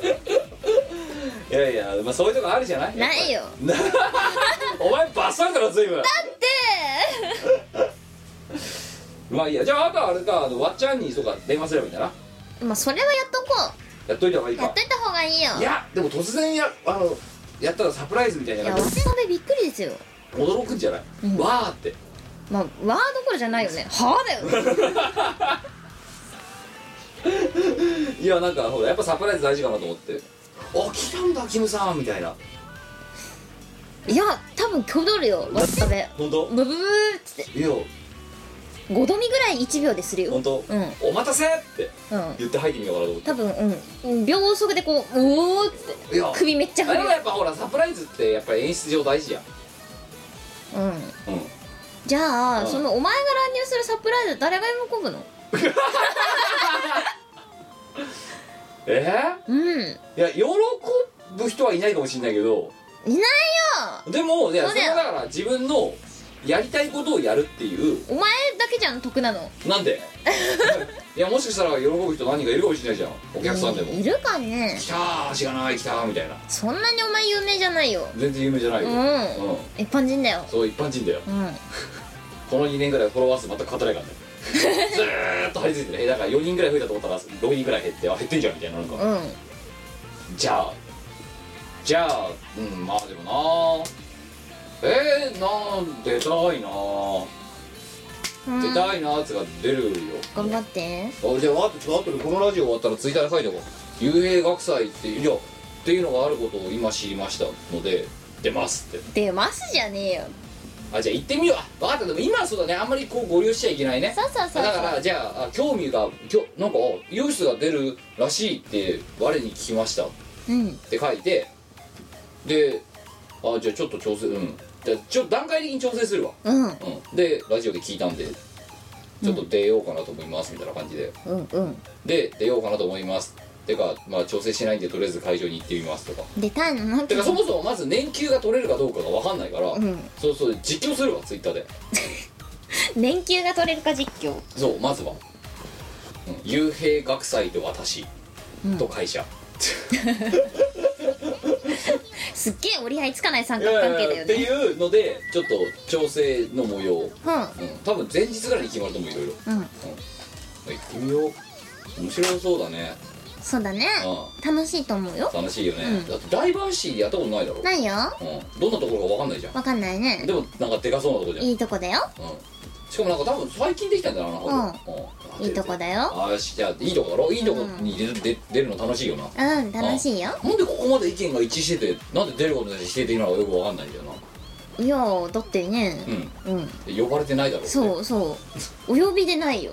S1: 当だよ
S4: いやいや、まあ、そういうとこあるじゃない
S1: ないよ
S4: な お前バッサリだろ随分
S1: で
S4: まあいいやじゃああとはあれかあのわっちゃんにそうか電話すればいいんだな
S1: まあそれはやっとこ
S4: やっといた方がいいう
S1: や
S4: か
S1: っといた方がいいよ
S4: いやでも突然やあのやったらサプライズみたい
S1: い
S4: な
S1: や
S4: の
S1: 渡辺びっくりですよ
S4: 驚くんじゃない、
S1: うん
S4: わーって
S1: まあわーどころじゃないよねはあだよね
S4: いやなんかほらやっぱサプライズ大事かなと思ってあ来たんだキムさんみたいない
S1: や多分きょどるよ渡辺
S4: 本当
S1: ブブブーっつって
S4: いや
S1: 5度見ぐらい1秒でするよ
S4: 本当、
S1: うん
S4: お待たせって
S1: うん
S4: 言って入ってみようかなと思って
S1: 多分うん秒速でこうおおっつっ
S4: いや
S1: て首めっちゃ
S4: あ
S1: 振
S4: れ
S1: る
S4: はやっぱほらサプライズってやっぱり演出上大事じゃん
S1: うん
S4: うん
S1: じゃあ、
S4: うん
S1: そのお前が乱入するサプライズ誰が喜ぶの
S4: え
S1: うん
S4: ー、いや喜ぶ人はいないかもしれないけど
S1: いないよ
S4: でもいや
S1: そ
S4: そう
S1: だ
S4: れ
S1: よ
S4: はだから自分のやりたいことをやるっていう
S1: お前だけじゃん得なの
S4: な んでいやもしかしたら喜ぶ人何人かいるかもしれないじゃんお客さんでも
S1: いるかね
S4: 来たー知らない来たーみたいな
S1: そんなにお前有名じゃないよ
S4: 全然有名じゃない
S1: うん
S4: よ、うん
S1: 一般人だよ
S4: そう一般人だよ
S1: うん
S4: この2年ぐらいフォロワー数全く勝てな いからねずーっと張り付いてねえだから4人ぐらい増えたと思ったら6人ぐらい減ってあ減ってんじゃんみたいななんか、
S1: うん
S4: じゃあじゃあうんまあでもなえー、なん出たいな
S1: うん
S4: 出たいなーっつが出るよ
S1: 頑張って
S4: あじゃああとちょっと後でこのラジオ終わったらツイッターに書いておこう幽閉学祭っていういやっていうのがあることを今知りましたので出ますって
S1: 出ますじゃねえよ
S4: あじゃあ行ってみよう分かったでも今はそうだねあんまりこう合流しちゃいけないね
S1: そうそうそう
S4: だか
S1: そう
S4: らじゃああ興味がきょなんかあユースが出るらしいって我に聞きましたっ
S1: うん
S4: て書いてであじゃあちょっと調整うんじゃあちょっと段階的に調整するわ、
S1: うん
S4: うん、でラジオで聞いたんでちょっと出ようかなと思いますみたいな感じで、
S1: うんうん
S4: で出ようかなと思いますてかまあ調整しないんでとりあえず会場に行ってみますとか
S1: 出たいのなん
S4: てかそ
S1: も
S4: もそもまず年休が取れるかどうかが分かんないから、
S1: うん
S4: そうそう実況するわツイッターで
S1: 年休が取れるか実況
S4: そうまずは「うん幽閉学祭と私
S1: うん
S4: と会社」
S1: すっげえ折り合いつかない三
S4: い
S1: 角
S4: やい
S1: 関係
S4: やい
S1: だ
S4: や
S1: よね
S4: っていうのでちょっと調整の模様、うん、
S1: う
S4: 多分前日ぐらいに決まると思ういろいろ
S1: んうん
S4: 行ってみよう面白そうだね
S1: そうだね
S4: う
S1: 楽しいと思うよ
S4: 楽しいよね、
S1: うん
S4: だってダイバーシーやったことないだろ、
S1: ないよ
S4: うん、どんなところか分かんないじゃん
S1: わかんないね
S4: でもなんかでかそうなとこじゃん
S1: いいとこだよ
S4: うんしかもなんか多分最近できたんだななんか、うん
S1: いいとこだよ
S4: あよしじゃあいいとこだろいいとこに出る,で、出るの楽しいよな
S1: うん楽しいよ
S4: なんでここまで意見が一致しててなんで出ることに対して否定的なのかよく分かんないんだよない
S1: やだってね
S4: うん
S1: うん
S4: で呼ばれてないだろう
S1: そうそうお呼びでないよ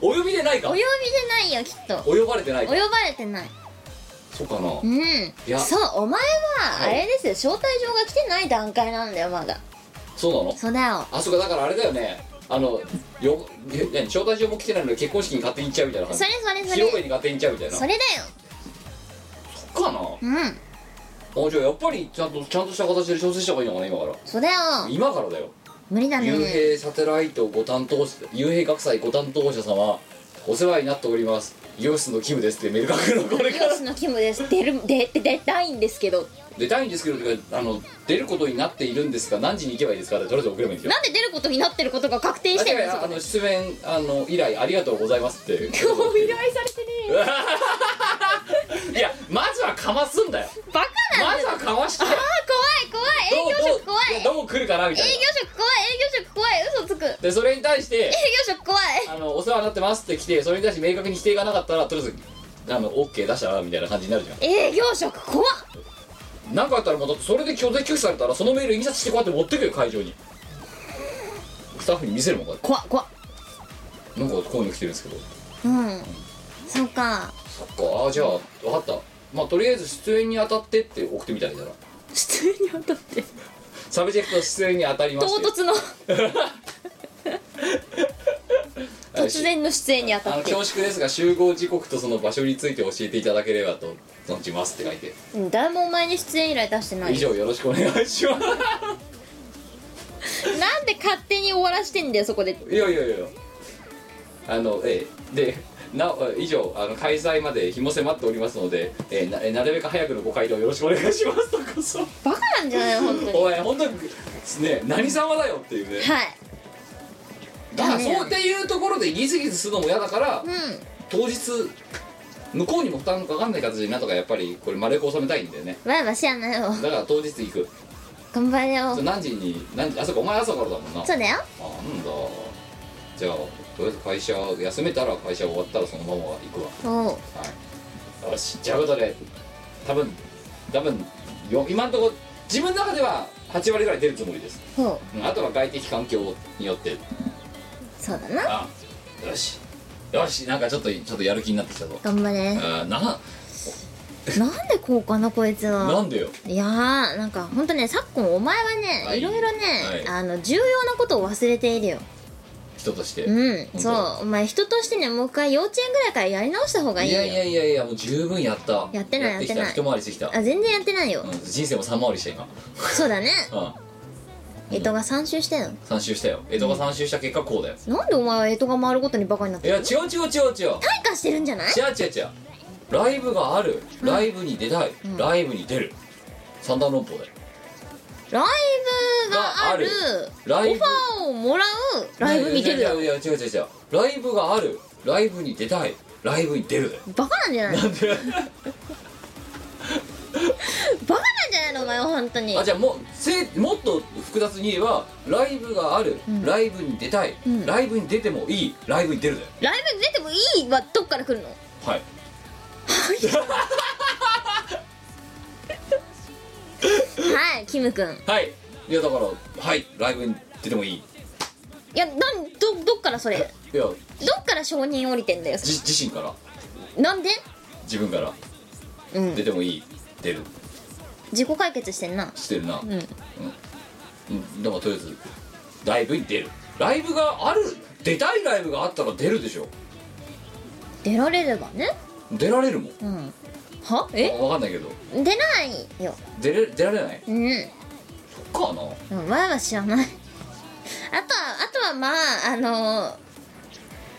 S4: お呼びでない
S1: お
S4: か
S1: 呼びでないよきっと
S4: お呼ばれてない
S1: お呼
S4: か
S1: ばれてない
S4: そうかな
S1: うん
S4: や
S1: そうお前はあ
S4: はい
S1: れですよ招待状が来てない段階なんだよまだ
S4: そうなの
S1: そうだよ
S4: あそうかだからあれだよねあのよえ何招待状も来てないのに結婚式に勝手に行っちゃうみたいな感
S1: そ
S4: じ
S1: れそれ
S4: 披
S1: そ
S4: 露宴
S1: れ
S4: に勝手に行っちゃうみたいな
S1: それだよ
S4: そっかな
S1: うん
S4: あじゃあやっぱりちゃんとちゃんとした形で調整した方がいいのかな今から
S1: そうだよ
S4: 今からだよ
S1: 無理だ
S4: 幽
S1: ね
S4: 閉サテライトご担当者幽閉学祭ご担当者様お世話になっておりますイオシスのキムですってメール書くのこれ
S1: イ
S4: か
S1: オ
S4: ら
S1: シスのキムです出る出出出たいんですけど
S4: 出たいんですけどてかあの出ることになっているんですが何時に行けばいいですかってとりあえず送ればいいんですよ
S1: なんで出ることになってることが確定してるんです
S4: あ
S1: か
S4: あの出演あの以来ありがとうございますって
S1: 今 日依頼されてねえよ
S4: いやまずはかますんだよ
S1: バカなん
S4: ま
S1: だ
S4: ず
S1: よ
S4: はかまして
S1: あー怖い怖い営業職怖い営
S4: どうどう来るかなみたいな
S1: 業職怖い営業職怖い嘘つく営
S4: でそれに対して
S1: 業職怖い
S4: あのお世話になってますって来てそれに対して明確に否定がなかったらとりあえずあの OK 出したらみたいな感じになるじゃん
S1: 営業職怖っ
S4: なんかあったらもうだってそれで拒絶拒否されたらそのメール印刷してこうやって持ってくよ会場にスタッフに見せるもんこうや
S1: 怖っ怖っ
S4: ってなんかこういうの来てるんですけど
S1: うんそうか
S4: そっかあじゃあ分かったまあとりあえず出演に当たってって送ってみたらいいだろ
S1: 普通に当たって
S4: サブジェクト出演に当たりま
S1: 唐
S4: して
S1: 突の
S4: あの
S1: 突然の出演に当
S4: あ
S1: た
S4: の
S1: って
S4: 恐縮ですが集合時刻とその場所について教えていただければと存じますって書いて
S1: うん誰もお前に出演依頼出してない
S4: 以上よろしくお願いしま
S1: なんで勝手に終わらしてんだよそこです
S4: いやいやいやあのええでなお以上あの開催まで日も迫っておりますので、えなえなるべく早くのご回答よろしくお願いしますとこそ
S1: バカなんじゃないの本当に
S4: おい本当にね何様だよっていうね
S1: はい
S4: だからそうっていうところでギスギスするのも嫌だから
S1: うん
S4: 当日向こうにも負担かかんない形になんとかやっぱりこれ丸く収めたいんだよね
S1: わいわしやなよ
S4: だから当日行く
S1: 頑張れよ
S4: そう何時に何時あそこお前朝からだもんな
S1: そうだよ
S4: あなんだじゃあとりあえず会社休めたら会社終わったらそのまま行くわ
S1: おう
S4: はいよしじゃあことで多分多分よ今んとこ自分の中では8割ぐらい出るつもりです、
S1: ほう
S4: うんあとは外的環境によって
S1: そうだな
S4: あよしよしなんかちょっとちょっとやる気になってきたぞ
S1: 頑張れ
S4: あな
S1: なんでこうかなこいつ
S4: な
S1: は
S4: んでよ
S1: いやーなんかほんとね昨今お前はね、
S4: はい
S1: い、ろいろね、
S4: はい
S1: あの重要なことを忘れているよ
S4: 人として、
S1: うん
S4: 当
S1: そうお前人としてねもう一回幼稚園ぐらいからやり直した方がいい
S4: い
S1: よ
S4: やいやいやいやもう十分やった
S1: やってない
S4: やってき
S1: やって
S4: た
S1: ない
S4: 一回りしてきた、
S1: あ全然やってないよ、
S4: うん人生も三回りした今
S1: そうだね
S4: うん
S1: 江戸が3周してんの
S4: 三周したよ江戸が三周した結果こうだよ、
S1: なんでお前は江戸が回るごとにバカになっ
S4: い
S1: て
S4: や
S1: る
S4: 違
S1: の
S4: う違う違う違う
S1: 退化してるんじゃない
S4: 違う違う違うライブがあるライブに出たい、
S1: ん
S4: ライブに出る三段論法だよ
S1: ライブがある
S4: があるラ
S1: オ
S4: イブ
S1: ファーをもらうライブに出る
S4: いや
S1: だ
S4: い
S1: ろ
S4: やいや違う違う違うライブがあるライブに出たいライブに出 るだよ
S1: バカなんじゃないの
S4: なんで
S1: バカなんじゃないのお前は本当に
S4: あじゃあもうせもっと複雑に言えばライブがある、
S1: ん
S4: ライブに出たい、
S1: ん
S4: ライブに出てもいいライブに出るだよ
S1: ライブに出てもいいはどっから来 るの
S4: はい
S1: はいキム君
S4: はいいやだからはいライブに出てもいい
S1: いやなんどどっからそれど
S4: いや
S1: っから承認降りてんだよそれ
S4: じ自身から
S1: なんで
S4: 自分から
S1: うん
S4: 出てもいい出る
S1: 自己解決してんな
S4: してるな、
S1: うん
S4: うん、でもとりあえずライブに出るライブがある出たいライブがあったら出るでしょ
S1: 出られればね
S4: 出られるもん
S1: うんはえ
S4: 分かんないけど
S1: 出ないよ
S4: 出れ出られない
S1: うん
S4: そっかな
S1: うん前は知らない あとはあとはまああの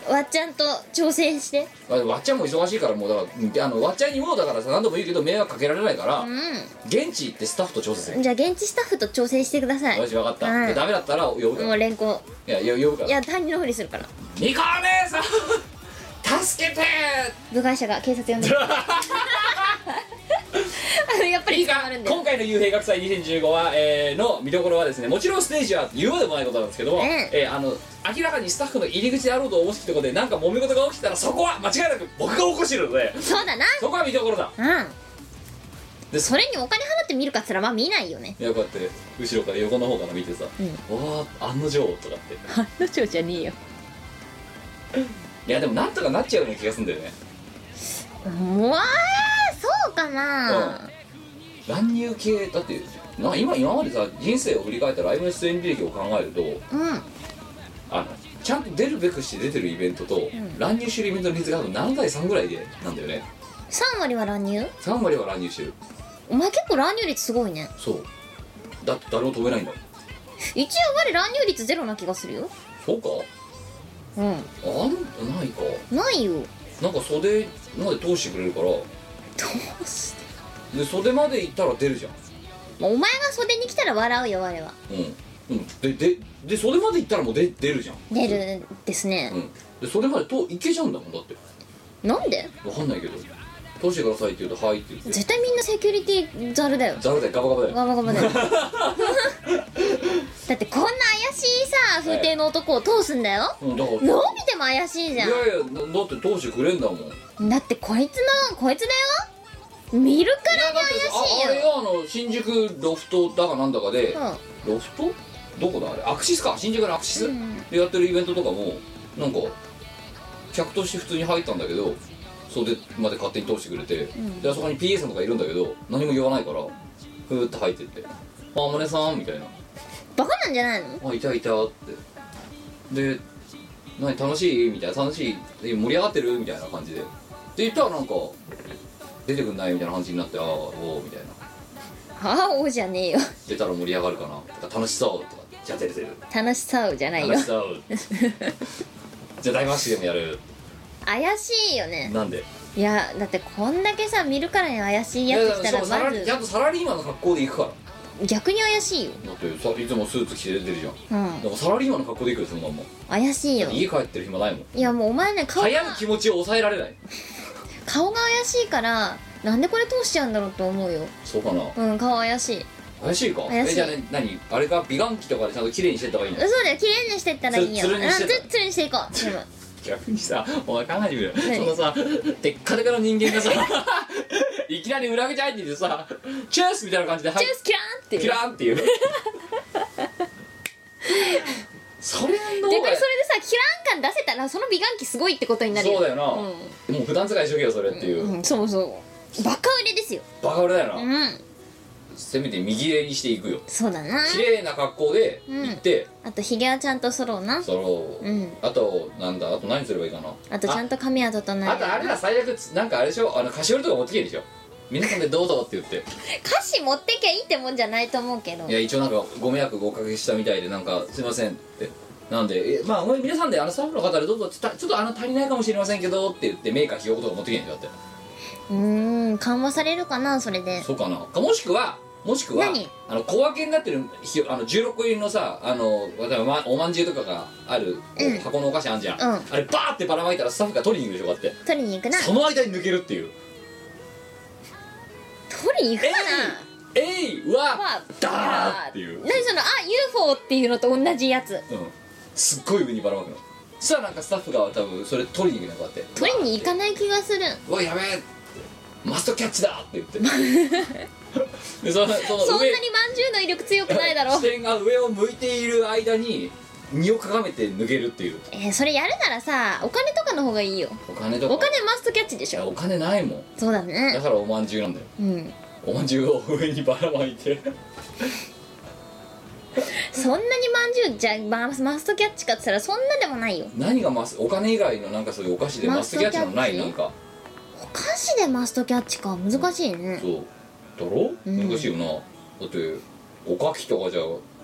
S1: ー、わっちゃんと調整して
S4: あわっちゃんも忙しいからもうだからであのわっちゃんにもだからさ何度も言うけど迷惑かけられないから、
S1: う
S4: 現地行ってスタッフと調整す
S1: ん
S4: る
S1: じゃあ現地スタッフと調整してください
S4: よし分かった、
S1: うん
S4: でダメだったら呼ぶか
S1: も
S4: ら
S1: う連行
S4: いや呼ぶか
S1: い
S4: ら
S1: や他人のふりするから
S4: ニコお姉さん助けて
S1: 部外者が警察呼んで る あのやっぱ
S4: い
S1: り
S4: い
S1: 捕
S4: か
S1: まるんで
S4: 今回の幽閉学祭2015は、えーの見どころはですねもちろんステージは言うまでもないことなんですけども、
S1: うん
S4: えーあの明らかにスタッフの入り口であろうと思うしきところでなんか揉め事が起きたらそこは間違いなく僕が起こしてるので
S1: そうだな
S4: そこは見どころだ
S1: うん
S4: で
S1: そ
S4: そ
S1: れにお金払って見るかっつったらまあ見ないよね
S4: いやこうやって後ろから横の方から見てさ
S1: うん
S4: 「わあ案の定」とかって
S1: 反応じゃねえよ
S4: いやでもなんとかなっちゃうような気がするんだよね
S1: もうあーそうかな、
S4: 乱入系だってな今今までさ人生を振り返ったライブの出演履歴を考えると
S1: うん
S4: あのちゃんと出るべくして出てるイベントと、
S1: ん
S4: 乱入してるイベントの率が多分7対3ぐらいでなんだよね
S1: 3割は乱入
S4: 3割は乱入してる
S1: お前結構乱入率すごいね
S4: そうだって誰も飛べないんだもん
S1: 一応我乱入率ゼロな気がするよ
S4: そうか
S1: うん
S4: あんないか
S1: ないよ
S4: なんか袖まで通してくれるから
S1: どうして
S4: で袖まで行ったら出るじゃん
S1: もうお前が袖に来たら笑うよ我は
S4: うん、うん、ででで袖まで行ったらもう出出るじゃん
S1: 出るですね
S4: う、んで袖までと行けちゃうんだもんだって
S1: なんで
S4: わかんないけど通してくださいって言うと「はい」って言って
S1: 絶対みんなセキュリティザルだよ
S4: ざるでガバガバだよ
S1: ガバガバ だよだってこんな怪しいさ風亭の男を通すんだよ
S4: うんだから
S1: どう見ても怪しい
S4: い
S1: じゃ
S4: や
S1: ん
S4: いやだだって通してくれんだもん
S1: だってこいつのこいつだよ見るからに
S4: ああ
S1: 怪しい
S4: れ
S1: よ
S4: があの新宿ロフトだかなんだかで、ロフトどこだあれアクシスか新宿のアクシス、
S1: うん
S4: でやってるイベントとかもなんか客として普通に入ったんだけど袖まで勝手に通してくれて、
S1: ん
S4: であそこに PA さんとかいるんだけど何も言わないからふーって入ってって「あ宗さん」みたいな
S1: バカなんじゃないの
S4: 「あいたいた」ってで「何楽しい?」みたいな「楽しい?え」盛り上がってるみたいな感じでで言ったらなんか「出てくんない?」みたいな感じになって「ああおお」みたいな
S1: ああおうじゃねえよ
S4: 「出たら盛り上がるかな」とか「楽しそう」とか「じゃあ出る出る」
S1: 楽しそうじゃないよ
S4: 話し合うじゃあ大マッシュでもやる
S1: 怪しいよね
S4: なんで
S1: いやだってこんだけさ見るからに怪しいやつ来た
S4: いやだからしかも
S1: ら
S4: サラ
S1: ま
S4: リー
S1: ず
S4: ちゃんとサラリーマンの格好で行くから
S1: 逆に怪しいよ
S4: だってさいつもスーツ着て出てるじゃんだ
S1: うん
S4: からサラリーマンの格好で行くよそのまんま
S1: 怪しいよ
S4: 家帰ってる暇ないもん
S1: いやもうお前ね顔が
S4: 早く気持ちを抑えられない
S1: 顔が怪しいからなんでこれ通しちゃうんだろうと思うよ
S4: そうかな
S1: うん顔怪しい
S4: 怪しいか
S1: 怪しい
S4: えじゃあね何あれか美顔器とかでちゃんと綺麗にしてった方がいいの
S1: 嘘だよ綺麗にしてったらいいよ
S4: つるつるにして
S1: うんつつるにしていこうでも
S4: 逆にさお前考えて
S1: 何
S4: みるよそのさでっかでかの人 間がさいきなり裏口入ってきてさチュースみたいな感じで入
S1: チ
S4: っ
S1: ュースキラーンって
S4: キラーンっていうそれの方
S1: 逆
S4: が
S1: にそれでさキラーン感出せたらその美顔器すごいってことになるよ
S4: そうだよな、もう普段使いしとけよそれっていう、
S1: うん、うん、そうそうバカ売れですよ
S4: バカ売れだよな、
S1: うん
S4: せめて右襟にしていくよ
S1: そうだな
S4: 綺麗な格好で行って、
S1: あとひげはちゃんと揃うな
S4: その、
S1: うん
S4: あとなんだあと何すればいいかな
S1: あとちゃんと髪は整える
S4: ああとあれだ最悪つなんかあれでしょあの菓子折りとか持ってきてるでしょ皆さんでどうぞって言って
S1: 歌詞持ってきゃいいってもんじゃないと思うけど
S4: いや一応なんかご迷惑をおかけしたみたいでなんかすいませんってなんでえまあごめん皆さんであのスタッフの方でどうぞちょっとちょっとあの足りないかもしれませんけどって言ってメーカーひよことか持ってきてるんでしょだっ
S1: うーん緩和されるかなそれで
S4: てそうかなかもしくはもしくは
S1: 何
S4: あの小分けになってるひよあの16個入りのさあの例えばまおまんじゅうとかがある、
S1: うん
S4: 箱のお菓子あんじゃん、
S1: うん
S4: あれバーってばらまいたらスタッフが取りに行くでしょこうやって
S1: 取りに行くな
S4: その間に抜けるっていう
S1: 取りに行くか
S4: えいは
S1: は
S4: ダーっていう
S1: な何そのあ UFO っていうのと同じやつ
S4: うんすっごい上にばらまくのそしたらなんかスタッフが多分それ取りに行くのこうやって
S1: 取りに行かない気がする
S4: うわやべえマストキャッチだ って言ってでそのその
S1: そんな
S4: 上
S1: にまんじゅうの威力強くないだろ
S4: 視点が上を向いている間に身をかがめて抜けるっていう
S1: えーそれやるならさお金とかの方がいいよ
S4: お金とか
S1: お金マストキャッチでし
S4: いや
S1: ょ
S4: お金ないもん
S1: そうだ
S4: だ
S1: ね
S4: からおまんじゅうなんだよ
S1: うん
S4: おまんじゅうを上にばらまいて
S1: そんなにまんじゅうじゃママストキャッチかって言ったらそんなでもないよ
S4: 何がマスお金以外のなんかそういうお菓子でマストキャッチなのない
S1: マス
S4: なんか
S1: お菓子でマストキャッチか難しいね
S4: そうだろ
S1: うん
S4: 難しいよな、だっておかきとかじゃ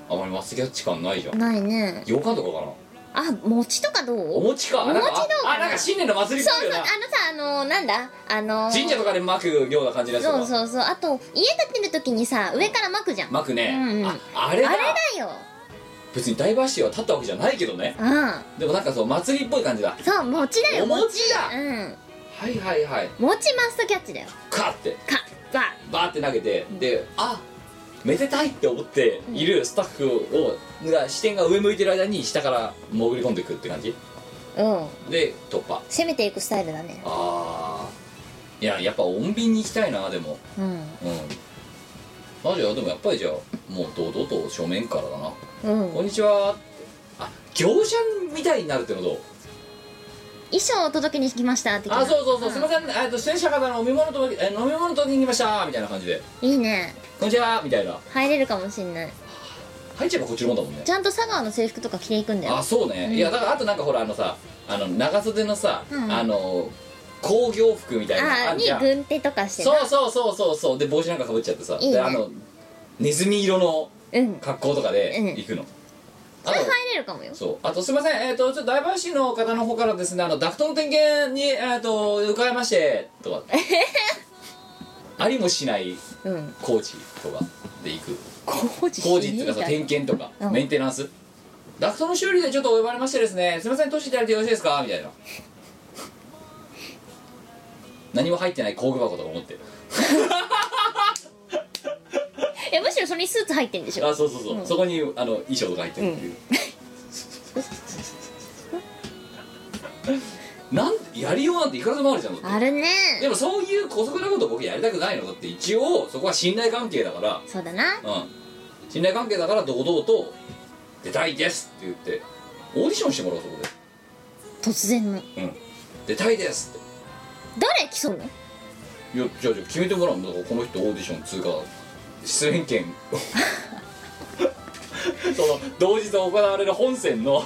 S4: あまりマストキャッチ感ないじゃん
S1: ないね
S4: よかんとかかな
S1: あ餅とかどう
S4: お餅かあなんか
S1: お餅どうかな
S4: ああなんか新年の祭りっぽ
S1: そう
S4: い
S1: そう
S4: よ
S1: あのさあ
S4: な
S1: のなんだあの
S4: 神社とかで巻くような感じのやつとか
S1: そうそうそうあと家建てる時にさ上から巻くじゃん、
S4: 巻くね、
S1: うんうん
S4: ああ
S1: あ
S4: れ
S1: れ
S4: だ
S1: だよ
S4: 別にダイバーシティは立ったわけじゃないけどね
S1: う
S4: でもなんかそう祭りっぽい感じだ
S1: んそう餅だよ
S4: お餅だ
S1: うん
S4: はいはいはい
S1: 餅マストキャッチだよ
S4: カって
S1: かば
S4: バーって投げて、であめでたいって思っているスタッフを、が視点が上向いてる間に下から潜り込んでいくって感じ
S1: うん
S4: で突破
S1: 攻めていくスタイルだね
S4: あーいややっぱ穏便に行きたいなでも
S1: うん
S4: うんまあじゃあでもやっぱりじゃあもう堂々と正面からだな
S1: うん
S4: こん
S1: 衣
S4: にちはあ業者みたいになるってのどう
S1: 装を届けに来ましたって
S4: あそうそうそう、
S1: ん
S4: すいませんえっと出演者方のお飲み物とえ飲み物とに来ましたみたいな感じで
S1: いいね
S4: こんにちはみたいな
S1: 入れるかもしんない
S4: 入っちゃえばこっちのもんだもんね
S1: ちゃんと佐川の制服とか着ていくんだ
S4: あ
S1: よ
S4: そうね、いやだからあとなんかほらあのさあの長袖のさ、
S1: うん
S4: あの工業服みたいなの
S1: あ
S4: あ
S1: あ
S4: んじ
S1: に
S4: ゃん
S1: 軍手とかしてな
S4: そうそうそうそうそうで帽子なんかかぶっちゃってさ
S1: いいね
S4: であのネズミ色の
S1: うん
S4: 格好とかで
S1: うん
S4: 行くの、
S1: これ入れるかもよ
S4: そうあとすいません、えっとちょっとダイバーシーの方の方からですねあのダクトの点検に、えっと伺いましてと かありもしない
S1: うん
S4: 工事とかで行く
S1: 工事し
S4: 工事って
S1: ね
S4: い
S1: え
S4: うかさ点検とか、
S1: うん
S4: メンテナンスダクトの修理でちょっと及ばれましてですねすいません通していただいてよろしいですかみたいな何も入ってない工具箱とか持って
S1: えむしろそれにスーツ入ってんでしょ
S4: あそうそうそう、
S1: うん
S4: そこにあの衣装とか入ってるっていう、 なんやりようなんていくらでもあるじゃんだって
S1: あるね
S4: でもそういう姑息なこと僕やりたくないのだって一応そこは信頼関係だから
S1: そうだな
S4: うん信頼関係だから堂々と「出たいです」って言ってオーディションしてもらおうそこ
S1: 突然の
S4: で「うん、出たいです」って
S1: 誰競うの
S4: いやじゃあじゃあ決めてもらうのだからこの人オーディション通過出演権その同日行われる本戦の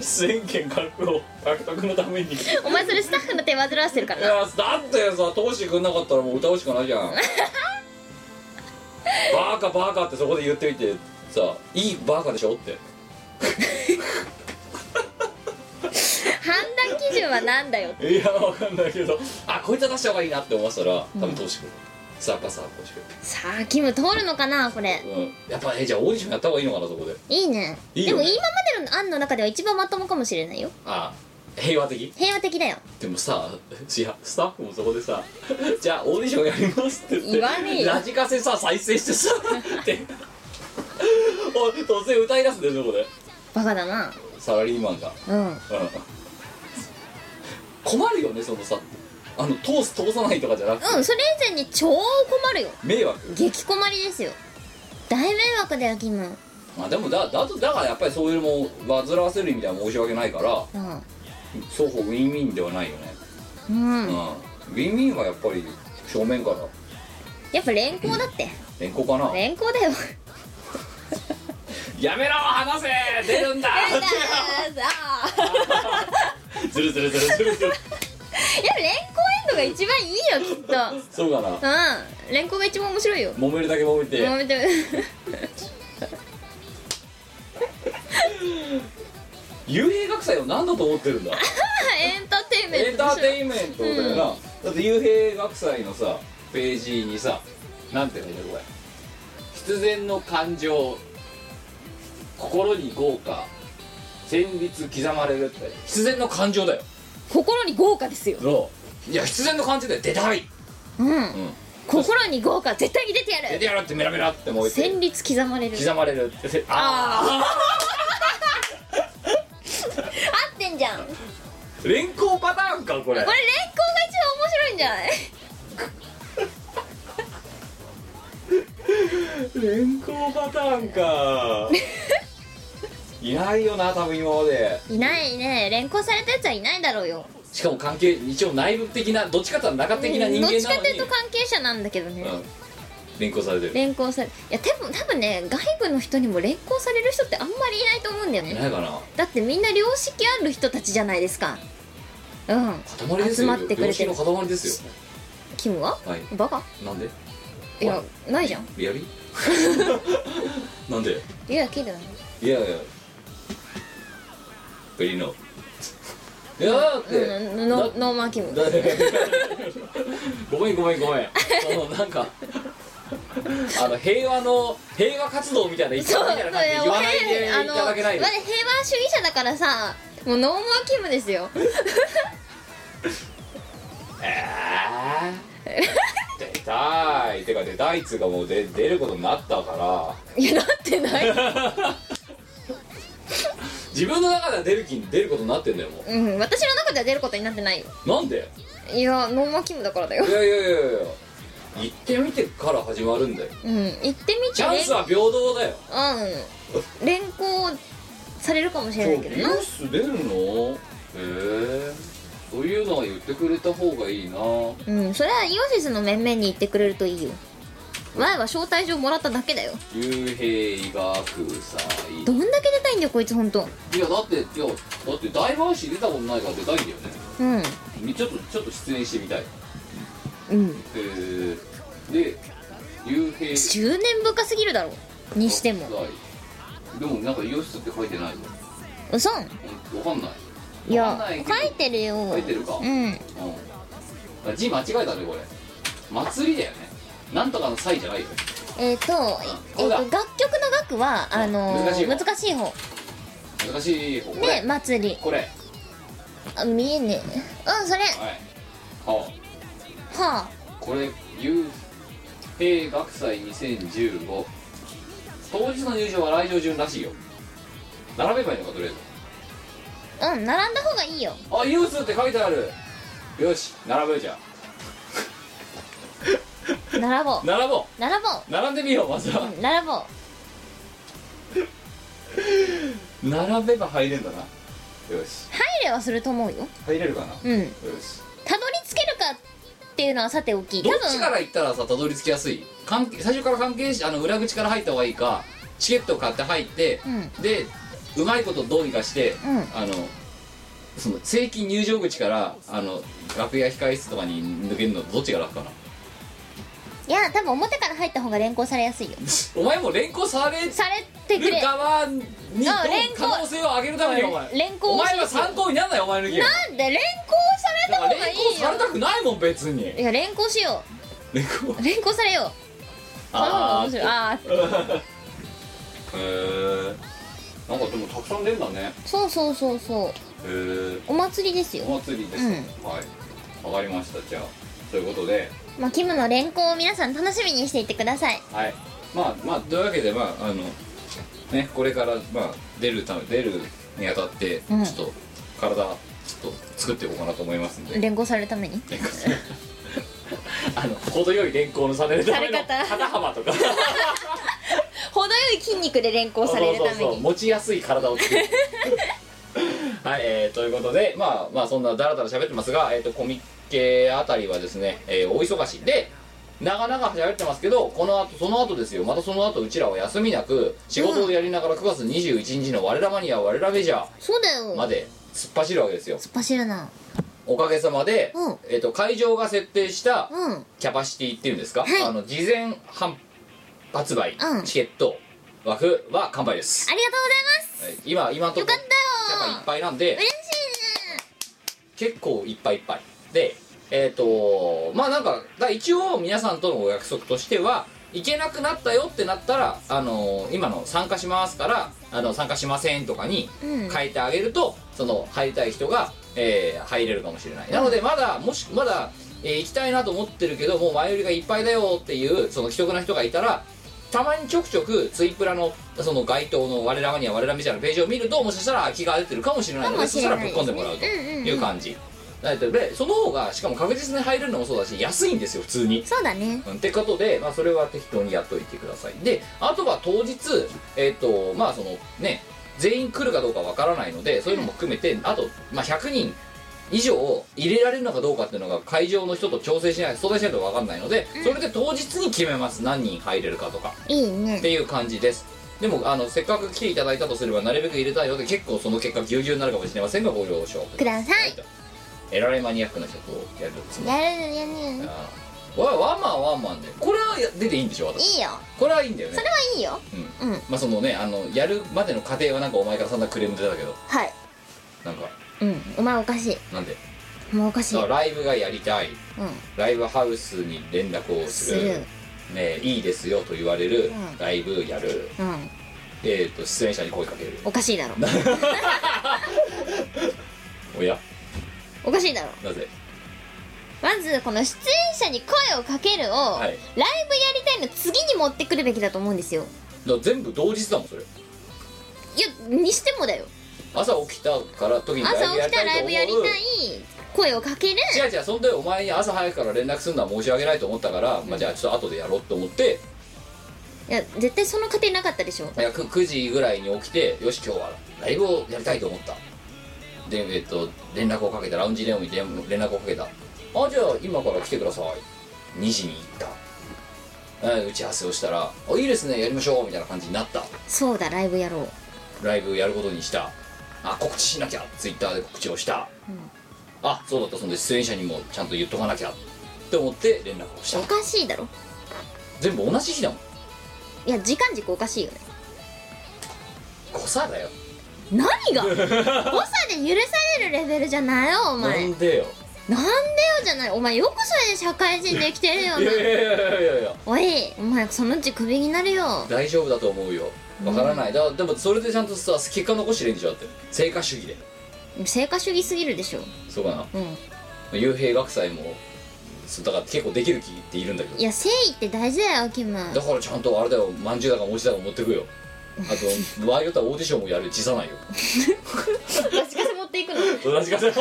S4: 出演権獲得獲得のためにい
S1: お前それスタッフの手煩わせてるからな
S4: やだってさ通してくんなかったらもう歌うしかないじゃんバーカバーカってそこで言ってみてさいいバーカでしょって
S1: 判断基準はなんだよ
S4: いやわかんないけどあこいつは出した方がいいなって思ってたら多分通してくる、サーカスは通してく
S1: さあキム通るのかなこれ
S4: る、うん、やっぱえじゃあオーディションやった方がいいのかなそこで
S1: いいね
S4: いい
S1: で
S4: よ
S1: も
S4: ね
S1: 今までの案の中では一番まともかもしれないよ
S4: あ平和的
S1: 平和的だよ
S4: でもさいやスタッフもそこでさ 「じゃあオーディションやります」って言って
S1: 言わねえよ
S4: ラジカセさ再生し てさってお突然歌い出すんだよそこで
S1: バカだな
S4: サラリーマンが、
S1: うん
S4: うん、困るよねそのさあの通す通さないとかじゃなくて
S1: うんそれ以前に超困るよ
S4: 迷惑
S1: 激困りですよ大迷惑だよキム
S4: まあでもだだとだからやっぱりそういうのも煩わせる意味では申し訳ないから
S1: うん
S4: 双方ウィンウィンではないよね、
S1: うん、
S4: うん、ウィンウィンはやっぱり正面から
S1: やっぱ連行だって
S4: 連行かな
S1: 連行だよ
S4: やめろ話せ出るんだ
S1: だからさ
S4: ずるずるずるずるずる
S1: やっぱ連行エンドが一番いいよきっと
S4: そうかな
S1: うん連行が一番面白いよ
S4: 揉めるだけ揉め
S1: も
S4: て
S1: う見て
S4: 幽閉学祭を何だと思って るんだ
S1: エンターテインメント
S4: エンターテインメントだよな、だって幽閉学祭のさページにさなんて書いてあるこれ必然の感情心に豪華旋律刻まれるって書いてある必然の感情だよ
S1: 心に豪華ですよ
S4: そういや必然の感情だよ出たい、
S1: うん、
S4: うん、
S1: 心に豪華絶対に出てや
S4: 出
S1: る
S4: てやるってメラメラって燃えて
S1: 旋律刻まれる
S4: 刻まれるってあ
S1: 合ってんじゃんこれ連
S4: あ連行パターンかこれ
S1: 行が一番面白いんじゃない
S4: 連行パターンかいないよな多分今まで
S1: いないね連行されたやつはいないだろうよ
S4: しかも関係一応内部的などっちかとは中的な人
S1: どっ
S4: 間
S1: ち
S4: な
S1: か
S4: の
S1: とい
S4: に
S1: うと関係者なんだけどね、
S4: うん連行されてる
S1: 連行されいや多分多分ね外部の人にも連行される人ってあんまりいないと思うんだよ
S4: い
S1: ね
S4: ないかな
S1: だってみんな良識ある人たちじゃないですかうん
S4: 塊です
S1: 集
S4: よ
S1: まってくれてる
S4: 良識の塊ですよ
S1: キムは
S4: はい
S1: バカ
S4: なんで
S1: いやないじゃん
S4: リアルなんで
S1: いや聞いてない
S4: いやいやベリーノいやだって、
S1: うんノノーマーキム
S4: だごめんごめんごめんそのなんかあの平和の平和活動みたいな一
S1: そう
S4: 般
S1: そう
S4: みたいな感じで言わないでい
S1: あのま
S4: た
S1: だ
S4: だけ
S1: 平和
S4: ない
S1: 主
S4: の
S1: 義者だからさもうノーマーキムです よ
S4: えー出たいてか出たいっつうかもう出出ることになったから
S1: いやなってない
S4: 自分の中では出る気に出ることになってんだよも
S1: うん私の中では出ることになってないよ
S4: うなんで
S1: いやノーマーキムだからだよ
S4: いやいやいやいや行ってみてから始まるんだよ
S1: うん行ってみて
S4: チャンスは平等だよ
S1: うん連行されるかもし
S4: 今
S1: れないけ
S4: 日美
S1: どな
S4: 容室出るのへえそういうのは言ってくれた方がいいな
S1: うんそれはイオシスの面々に行ってくれるといいよ前は招待状もらっただけだよ
S4: 幽閉学祭
S1: どんだけ出たいんだよこいつほんと
S4: いやだっていやだってダイバーシー出たことないから出たいんだよ
S1: うん
S4: ねちょっとちょっと出演してみたいへ
S1: うん
S4: えで幽閉
S1: 執念深すぎるだろにしても
S4: 学祭でもなんかイオシスって書いてないぞ
S1: うそ
S4: うんわかんない
S1: い
S4: わかん
S1: や
S4: ないけど
S1: 書いてるよ
S4: 書いてるか
S1: うん
S4: うん字間違えたねこれ祭りだよねなんとかの祭じゃないよ
S1: えっ、と,、え
S4: そう
S1: ー、
S4: だ
S1: と楽曲の楽はあのー
S4: 難しい方
S1: 難しい方
S4: 難しい方こ
S1: で
S4: れ
S1: 祭り
S4: これはい
S1: あ見えねえうんそれ
S4: は
S1: はあ
S4: あこれ幽閉学祭2015当日の入場は来場順らしいよ並べばいいのかとりあえず
S1: うん並んだ方がいいよ
S4: あユースって書いてあるよし並べようじゃ
S1: 並ぼ
S4: あ
S1: う
S4: 並ぼ
S1: 並ぼ
S4: う並んでみようまずは
S1: ううん並ぼう
S4: 並べば入れんだなよし
S1: 入れはすると思うよ
S4: 入れるかな
S1: うん
S4: よした
S1: どり着けるかっていうのはさておき多
S4: どっ
S1: 分
S4: ちから行ったらさたどり着きやすい関係最初から関係しあの裏口から入った方がいいかチケットを買って入って、
S1: う
S4: でうまいことどうにかして、
S1: うん
S4: あのその正規入場口からあの楽屋控室とかに抜けるのどっちが楽かない
S1: や多分表から入った方が連行されやすいよ
S4: お前も連行され
S1: されてく
S4: る
S1: れ
S4: 側にど
S1: あ連行
S4: う可能性を上げるためにお前
S1: 連行
S4: お前は
S1: しよう
S4: 参考にならないお前の意見だ
S1: なんで連行された
S4: か
S1: 方
S4: ら
S1: がい
S4: 連行
S1: い
S4: され
S1: よ
S4: たくないもん別に
S1: いや連行しよ
S4: 連行
S1: う連行されようこの方が面白い
S4: ー
S1: ああー
S4: へえんかでもたくさん出るんだね
S1: そうそうそうそう
S4: へえ
S1: お祭りですよ
S4: お祭りですね、はいわかりましたじゃあということで
S1: まあキムの連行を皆さん楽しみにしていてください
S4: はいまあまあというわけでまああのねこれからまあ出るため出るにあたってちょ
S1: うん
S4: っと体ちょっと作っていこうかなと思いますん で、
S1: 連行されるために
S4: 連行するあの程よい連行のされるため
S1: され
S4: の
S1: 方
S4: 肩幅とか
S1: 程よい筋肉で連行されるために
S4: 持ちやすい体を 作るはい、えーということでまあまあそんなだらだら喋ってますが、えー、とコミケあたりはですね、えーお忙しいで長々喋ってますけどこの後その後ですよまたその後うちらは休みなく仕事をやりながら9月21日の「我らマニア我らメジャ
S1: そうだ
S4: ー」ま
S1: よ
S4: で突っ走るわけですよ
S1: 突っ走るな
S4: おかげさまで、
S1: うん
S4: えー、と会場が設定した
S1: うんうん
S4: キャパシティっていうんですか、
S1: はい
S4: あの事前販発売、
S1: うん
S4: チケット枠は完売です
S1: ありがとう
S4: はい今今のと
S1: ございますよ
S4: こ
S1: か
S4: ろ
S1: った
S4: やっぱい
S1: よ
S4: っぱいなんで
S1: 嬉し
S4: 結構いっぱいいっぱいでえっ、とまあなんかだ一応皆さんとのお約束としては行けなくなったよってなったら、あの今の参加しますからあの参加しませんとかに
S1: いうん
S4: 変えてあげると、その入りたい人が、えー入れるかもしれないなのでまだもしまだ、えー行きたいなと思ってるけどもう前売りがいっぱいだよっていうその既得な人がいたらたまにちょくちょくツイプラのその該当の我らがには我らみたいなページを見るともしかしたら空きが出てるかもしれないの
S1: か
S4: で
S1: も
S4: そ
S1: し
S4: し
S1: れ
S4: た
S1: な
S4: ら
S1: い
S4: ぶ
S1: で
S4: っ
S1: すね
S4: 込んでもらうと
S1: うんうんうん
S4: いう感じ、だいたいでその方がしかも確実に入れるのもそうだし安いんですよ普通に
S1: そうだね
S4: うんってことで、まあ、それは適当にやっといてくださいであとは当日えっ、とまあそのね全員来るかどうかわからないのでそういうのも含めてあと、まあ、100人以上入れられるのかどうかっていうのが会場の人と調整しない相談しないとわかんないのでそれで当日に決めます何人入れるかとか
S1: いい
S4: っ
S1: ね
S4: ていう感じですでもあのせっかく来ていただいたとすればなるべく入れたいので結構その結果ぎゅうぎゅうになるかもしれませんがご了承
S1: ください
S4: とえられマニアックな曲をやるつもりで
S1: やるやるやる
S4: あーわワンマンワンマンでこれはや出ていいんでしょ私
S1: いいよ
S4: これはいいんだよね
S1: それはいいよ
S4: うん
S1: うん
S4: まあそのねあのやるまでの過程はなんかお前からそんなクレーム出たけど
S1: はい
S4: なんか
S1: うんお前おかし
S4: なんで
S1: いもうおかしい
S4: だか
S1: う
S4: らライブがやりたい
S1: ん
S4: ライブハウスに連絡をす
S1: す
S4: る
S1: る
S4: ね、いいですよと言われる、
S1: うん
S4: ライブやる、
S1: うん
S4: えー、と出演者に声かける
S1: おかしいだろ
S4: おや
S1: おかしいだろ
S4: なぜ
S1: まずこの出演者に声をかけるを、
S4: い
S1: ライブやりたいの次に持ってくるべきだと思うんですよ
S4: だから全部同日だもんそれ
S1: いやにしてもだよ
S4: 朝起きたから時にライ
S1: 朝起
S4: ブやり
S1: きた
S4: た
S1: らラ
S4: いと
S1: イブ
S4: 思う
S1: やりたい声をかける
S4: 違う違うそんでお前に朝早くから連絡するのは申し訳ないと思ったから、まあ、じゃあちょっと後でやろうと思って
S1: いや絶対その過程なかったでしょ
S4: いや 9, 9時ぐらいに起きてよし今日はライブをやりたいと思ったでえっと連絡をかけたラウンジレオンに連連絡をかけたあじゃあ今から来てください2時に行ったえー打ち合わせをしたら「あいいですねやりましょう」みたいな感じになった
S1: そうだライブやろう
S4: ライブやることにしたあ告知しなきゃツイッターで告知をした、
S1: ん
S4: あそうだったそんで出演者にもちゃんと言っとかなきゃって思って連絡をし
S1: お
S4: た
S1: かしいだろ
S4: 全部同じ日だもん
S1: いや時間軸おかしいよね
S4: 誤差だよ
S1: 何が 誤差で許されるレベルじゃないよお
S4: な
S1: 前
S4: んでよ
S1: なんでよじゃないお前よくそれで社会人できてるよ
S4: い
S1: な
S4: やいやいやいやいや
S1: おいお前そのうちクビになるよ
S4: 大丈夫だと思うよわからないだでもそれでちゃんとさ結果残してるんじゃんって成果主義で
S1: 成果主義すぎるでしょ
S4: そうかな
S1: うん
S4: 幽閉学祭もそうだから結構できる気っているんだけど
S1: いや誠意って大事だよキム
S4: だからちゃんとあれだよまんじゅうだか餅だか持ってくよあと場合によってはオーディションもやるよ辞さないよ
S1: 私が持っていくの
S4: 同じ方も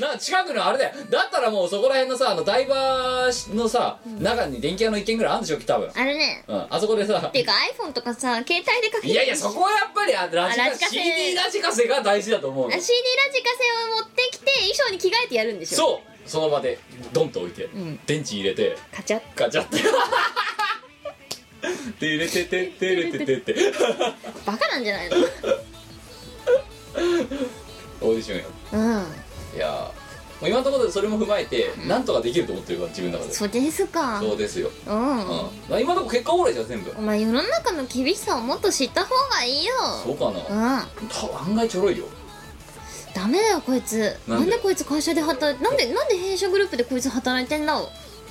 S4: な近くのあれだよだったらもうそこら辺のさあの台場のさ、中に電気屋の一軒ぐらいあるんでしょ多分、
S1: あれね
S4: うん、あそこでさ
S1: っていうか iPhone とかさ携帯でかけて
S4: いやいやそこはやっぱりあラジ
S1: あ
S4: カ
S1: ラジカセ
S4: CD ラジカセが大事だと思う
S1: あ
S4: の
S1: CD ラジカセを持ってきて衣装に着替えてやるんでしょう
S4: そうその場でドンと置いて、
S1: ん
S4: 電池入れて
S1: カチャッ
S4: ガチ ャって「てれてててれててて」
S1: バカなんじゃないの
S4: オーディションや
S1: うん
S4: いやーもう今のところそれも踏まえてなんとかできると思ってるから自分の中で
S1: そうですか
S4: そうですよ、
S1: うん
S4: うん、まあ今のところ結果オーライじゃん全部
S1: お前世の中の厳しさをもっと知った方がいいよ
S4: そうか
S1: う
S4: なんた案外ちょろいよ
S1: ダメだよこいつ
S4: な
S1: なんん
S4: で
S1: でこいつ会社で働いてなんでなんで弊社グループでこいつ働いてんだ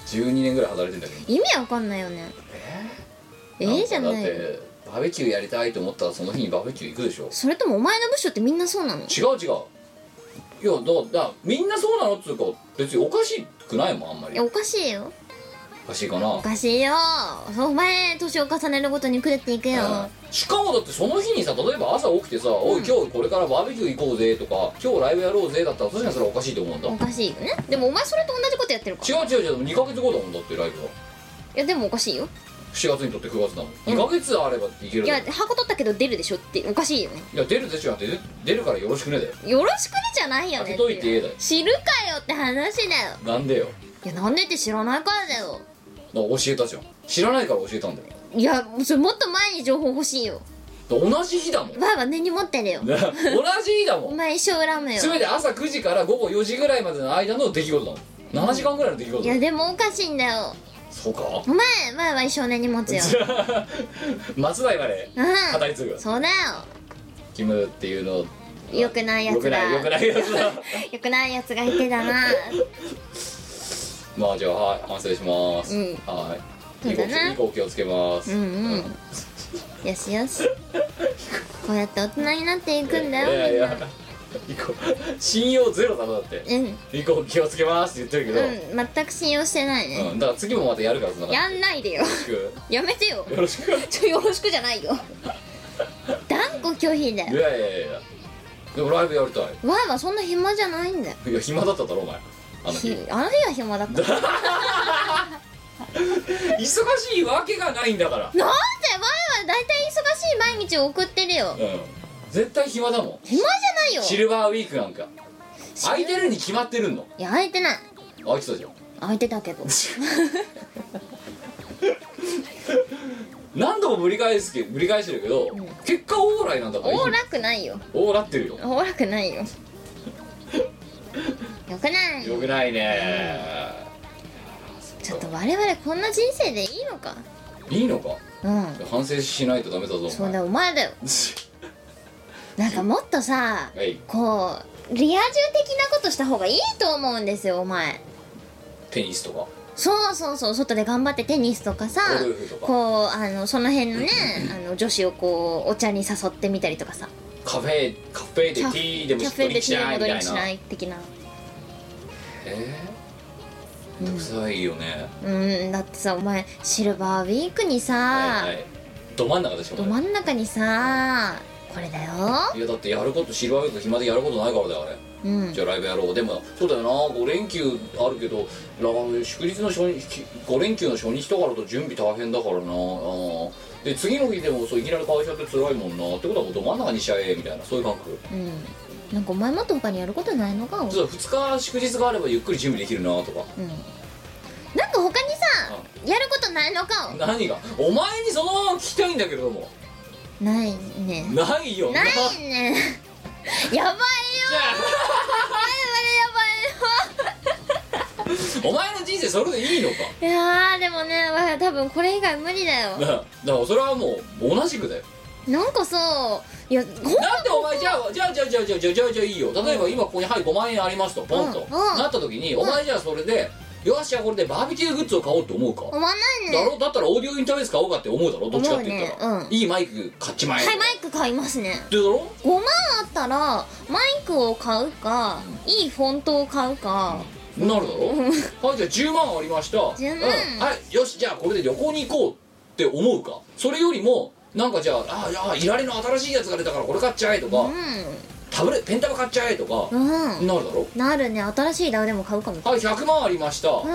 S4: 12年ぐらい働いてんだけど
S1: 意味わかんないよねえ
S4: なん
S1: え
S4: か
S1: じゃない
S4: だってバーベキューやりたいと思ったらその日にバーベキュー行くでしょ
S1: それともお前の部署ってみんなそうなの
S4: 違う違ういやだだみんなそうなのっつうか別におかしくないもんあんま
S1: い
S4: り
S1: や
S4: お
S1: おかしいよ
S4: かしいかな
S1: おかしいよお前年を重ねるごとに狂っていくよ
S4: しかもだってその日にさ例えば朝起きてさ「おい今日これからバーベキュー行こうぜ」とか「今日ライブやろうぜ」だったら確かにそれはおかしいと思うんだ
S1: おかしいよねでもお前それと同じことやってるから
S4: 違う違う違う2ヶ月後だもんだってライブはい
S1: やでもおかしいよ
S4: 7月にとって9月だもん
S1: うん
S4: 2ヶ月あればいける
S1: い
S4: だ
S1: や
S4: ろ
S1: 箱取ったけど出るでしょっておかしいよね
S4: いや出るでしょだって出出るからよろしくねだよ
S1: よろしくねじゃないよね
S4: 開け
S1: って
S4: といて
S1: いう
S4: えだよ
S1: 知るかよって話だよ
S4: なんでよ
S1: いやなんでって知らないからだよ
S4: だから教えたじゃん知らないから教えたんだよだ
S1: いやそれもっと前に情報欲しいよ
S4: 同じ日だ もん
S1: ばあば根に持ってるよ
S4: 同じ日だ
S1: お
S4: もん
S1: 前一生恨むよ
S4: 全て朝9時から午後4時ぐらいまでの間の出来事だもん7時間ぐらいの出来
S1: い
S4: 事だ
S1: や
S4: もん
S1: でもおかしいんだよ
S4: そうか
S1: お前前は一生根に持つよ
S4: 松代まで語
S1: う
S4: り継ぐ
S1: んそうだ
S4: キムっていうの
S1: よよくないや
S4: よく
S1: つ
S4: な
S1: だ
S4: いよくないやつ だ
S1: よくないやつがいてだな
S4: まあじゃあはい反省します、
S1: うん
S4: はい
S1: そうだな
S4: 以後気をつけます、
S1: うんうんよしよしこうやって大人になっていくんだ
S4: いやい
S1: よ
S4: や以降信用ゼロだなだって
S1: みんな
S4: 以降気をつけますって言ってる
S1: うんうん全く信用してない
S4: けど、うん
S1: ね
S4: だから次もまたやるからそんな感
S1: やんないでよ
S4: じよ
S1: やめてよ
S4: ろしくよろし
S1: ちょよろしくじゃない よ断固拒否だ
S4: くい
S1: よ
S4: やいやいやいやでもライブやりたい
S1: わいはそんな暇じゃないんだよ
S4: いや暇だっただろお前あの日
S1: ひあの日は暇だったなんでわい
S4: 忙しいわけがないんだから
S1: は大体忙しい毎日を送ってるよ
S4: うん絶対暇だも
S1: 暇じゃないよ
S4: んシルバーウィークなんか空いてるに決まってるの
S1: いや空いてない
S4: 空いて たじゃん
S1: 空いてたけど
S4: 何度もぶり返すけぶり返してるけど、結果オーライなんだからいい
S1: おーらくないよ
S4: オーラってるよ
S1: おーらくない よよくない
S4: よくないね
S1: ちょっと我々こんな人生でいいのか
S4: いいのか
S1: うん
S4: 反省しないとダメだぞお前
S1: そうだよお前だよなんかもっとさ
S4: はい
S1: こうリア充的なことした方がいいと思うんですよお前
S4: テニスとか
S1: そうそうそう外で頑張ってテニスとかさ
S4: ゴルフとか
S1: こうあのその辺のねあの女子をこうお茶に誘ってみたりとかさ
S4: カフェカフェでティーでも
S1: キャ
S4: しっ
S1: フ
S4: と
S1: ェで
S4: りし
S1: ティ
S4: な
S1: ー
S4: い
S1: 戻り
S4: みたい
S1: し
S4: な
S1: ない的な
S4: えーめんどくさいよね、
S1: うんだってさお前シルバーウィークにさ、
S4: はいはいど真ん中でしょ
S1: ど
S4: これ
S1: 真ん中にさこれだよ
S4: いやだってやることシルバーウィーク暇でやることないからだよあれ
S1: うん
S4: じゃあライブやろうでもそうだよな5連休あるけどな祝日の初日5連休の初日とかだと準備大変だからなあーで次の日でもそういきなり会社って辛いもんなってことはもうど真ん中にしちゃえみたいなそういう感覚
S1: うんなんかお前もっと他にやることないのかうん
S4: そう2日祝日があればゆっくり準備できるなとか
S1: なんか他にさやることないのか
S4: 何がお前にそのまま聞きたいんだけれども
S1: ないね
S4: ないよ
S1: ない
S4: じ
S1: ね やばいよ
S4: ゃあ お前の人生それでいいのか
S1: 我々やばいよいやーでもねわ多分これ以外無理だよ
S4: だからだからそれはもう同じくだよ
S1: なんかさいやほん
S4: なんでお前じゃあじゃあじゃあじゃあじゃあじゃあじゃあじゃあいいよ例えば今ここに「はい5万円あります」とポンと、
S1: うんうん
S4: なった時にお前じゃあそれで「よっしゃこれでバーベキューグッズを買おう」って思うか、
S1: 思わない
S4: だ
S1: ね
S4: ろだったらオーディオインターフェース買おうかって思うだろどっちかって言ったら、
S1: 思うねうん
S4: いいマイク買っちまえ
S1: はいマイク買いますね
S4: ってだろ
S1: 5万あったらマイクを買うかいいフォントを買うか
S4: なるだろはいじゃあ10万ありました
S1: 10万
S4: うんはいよしじゃあこれで旅行に行こうって思うかそれよりもなんかじゃあああいられの新しいやつが出たからこれ買っちゃえとか、タブレペンタブ買っちゃえとか、
S1: うんうん
S4: なるだろ
S1: なるね新しいダウでも買うかも
S4: はい100万ありました、
S1: うん
S4: うん、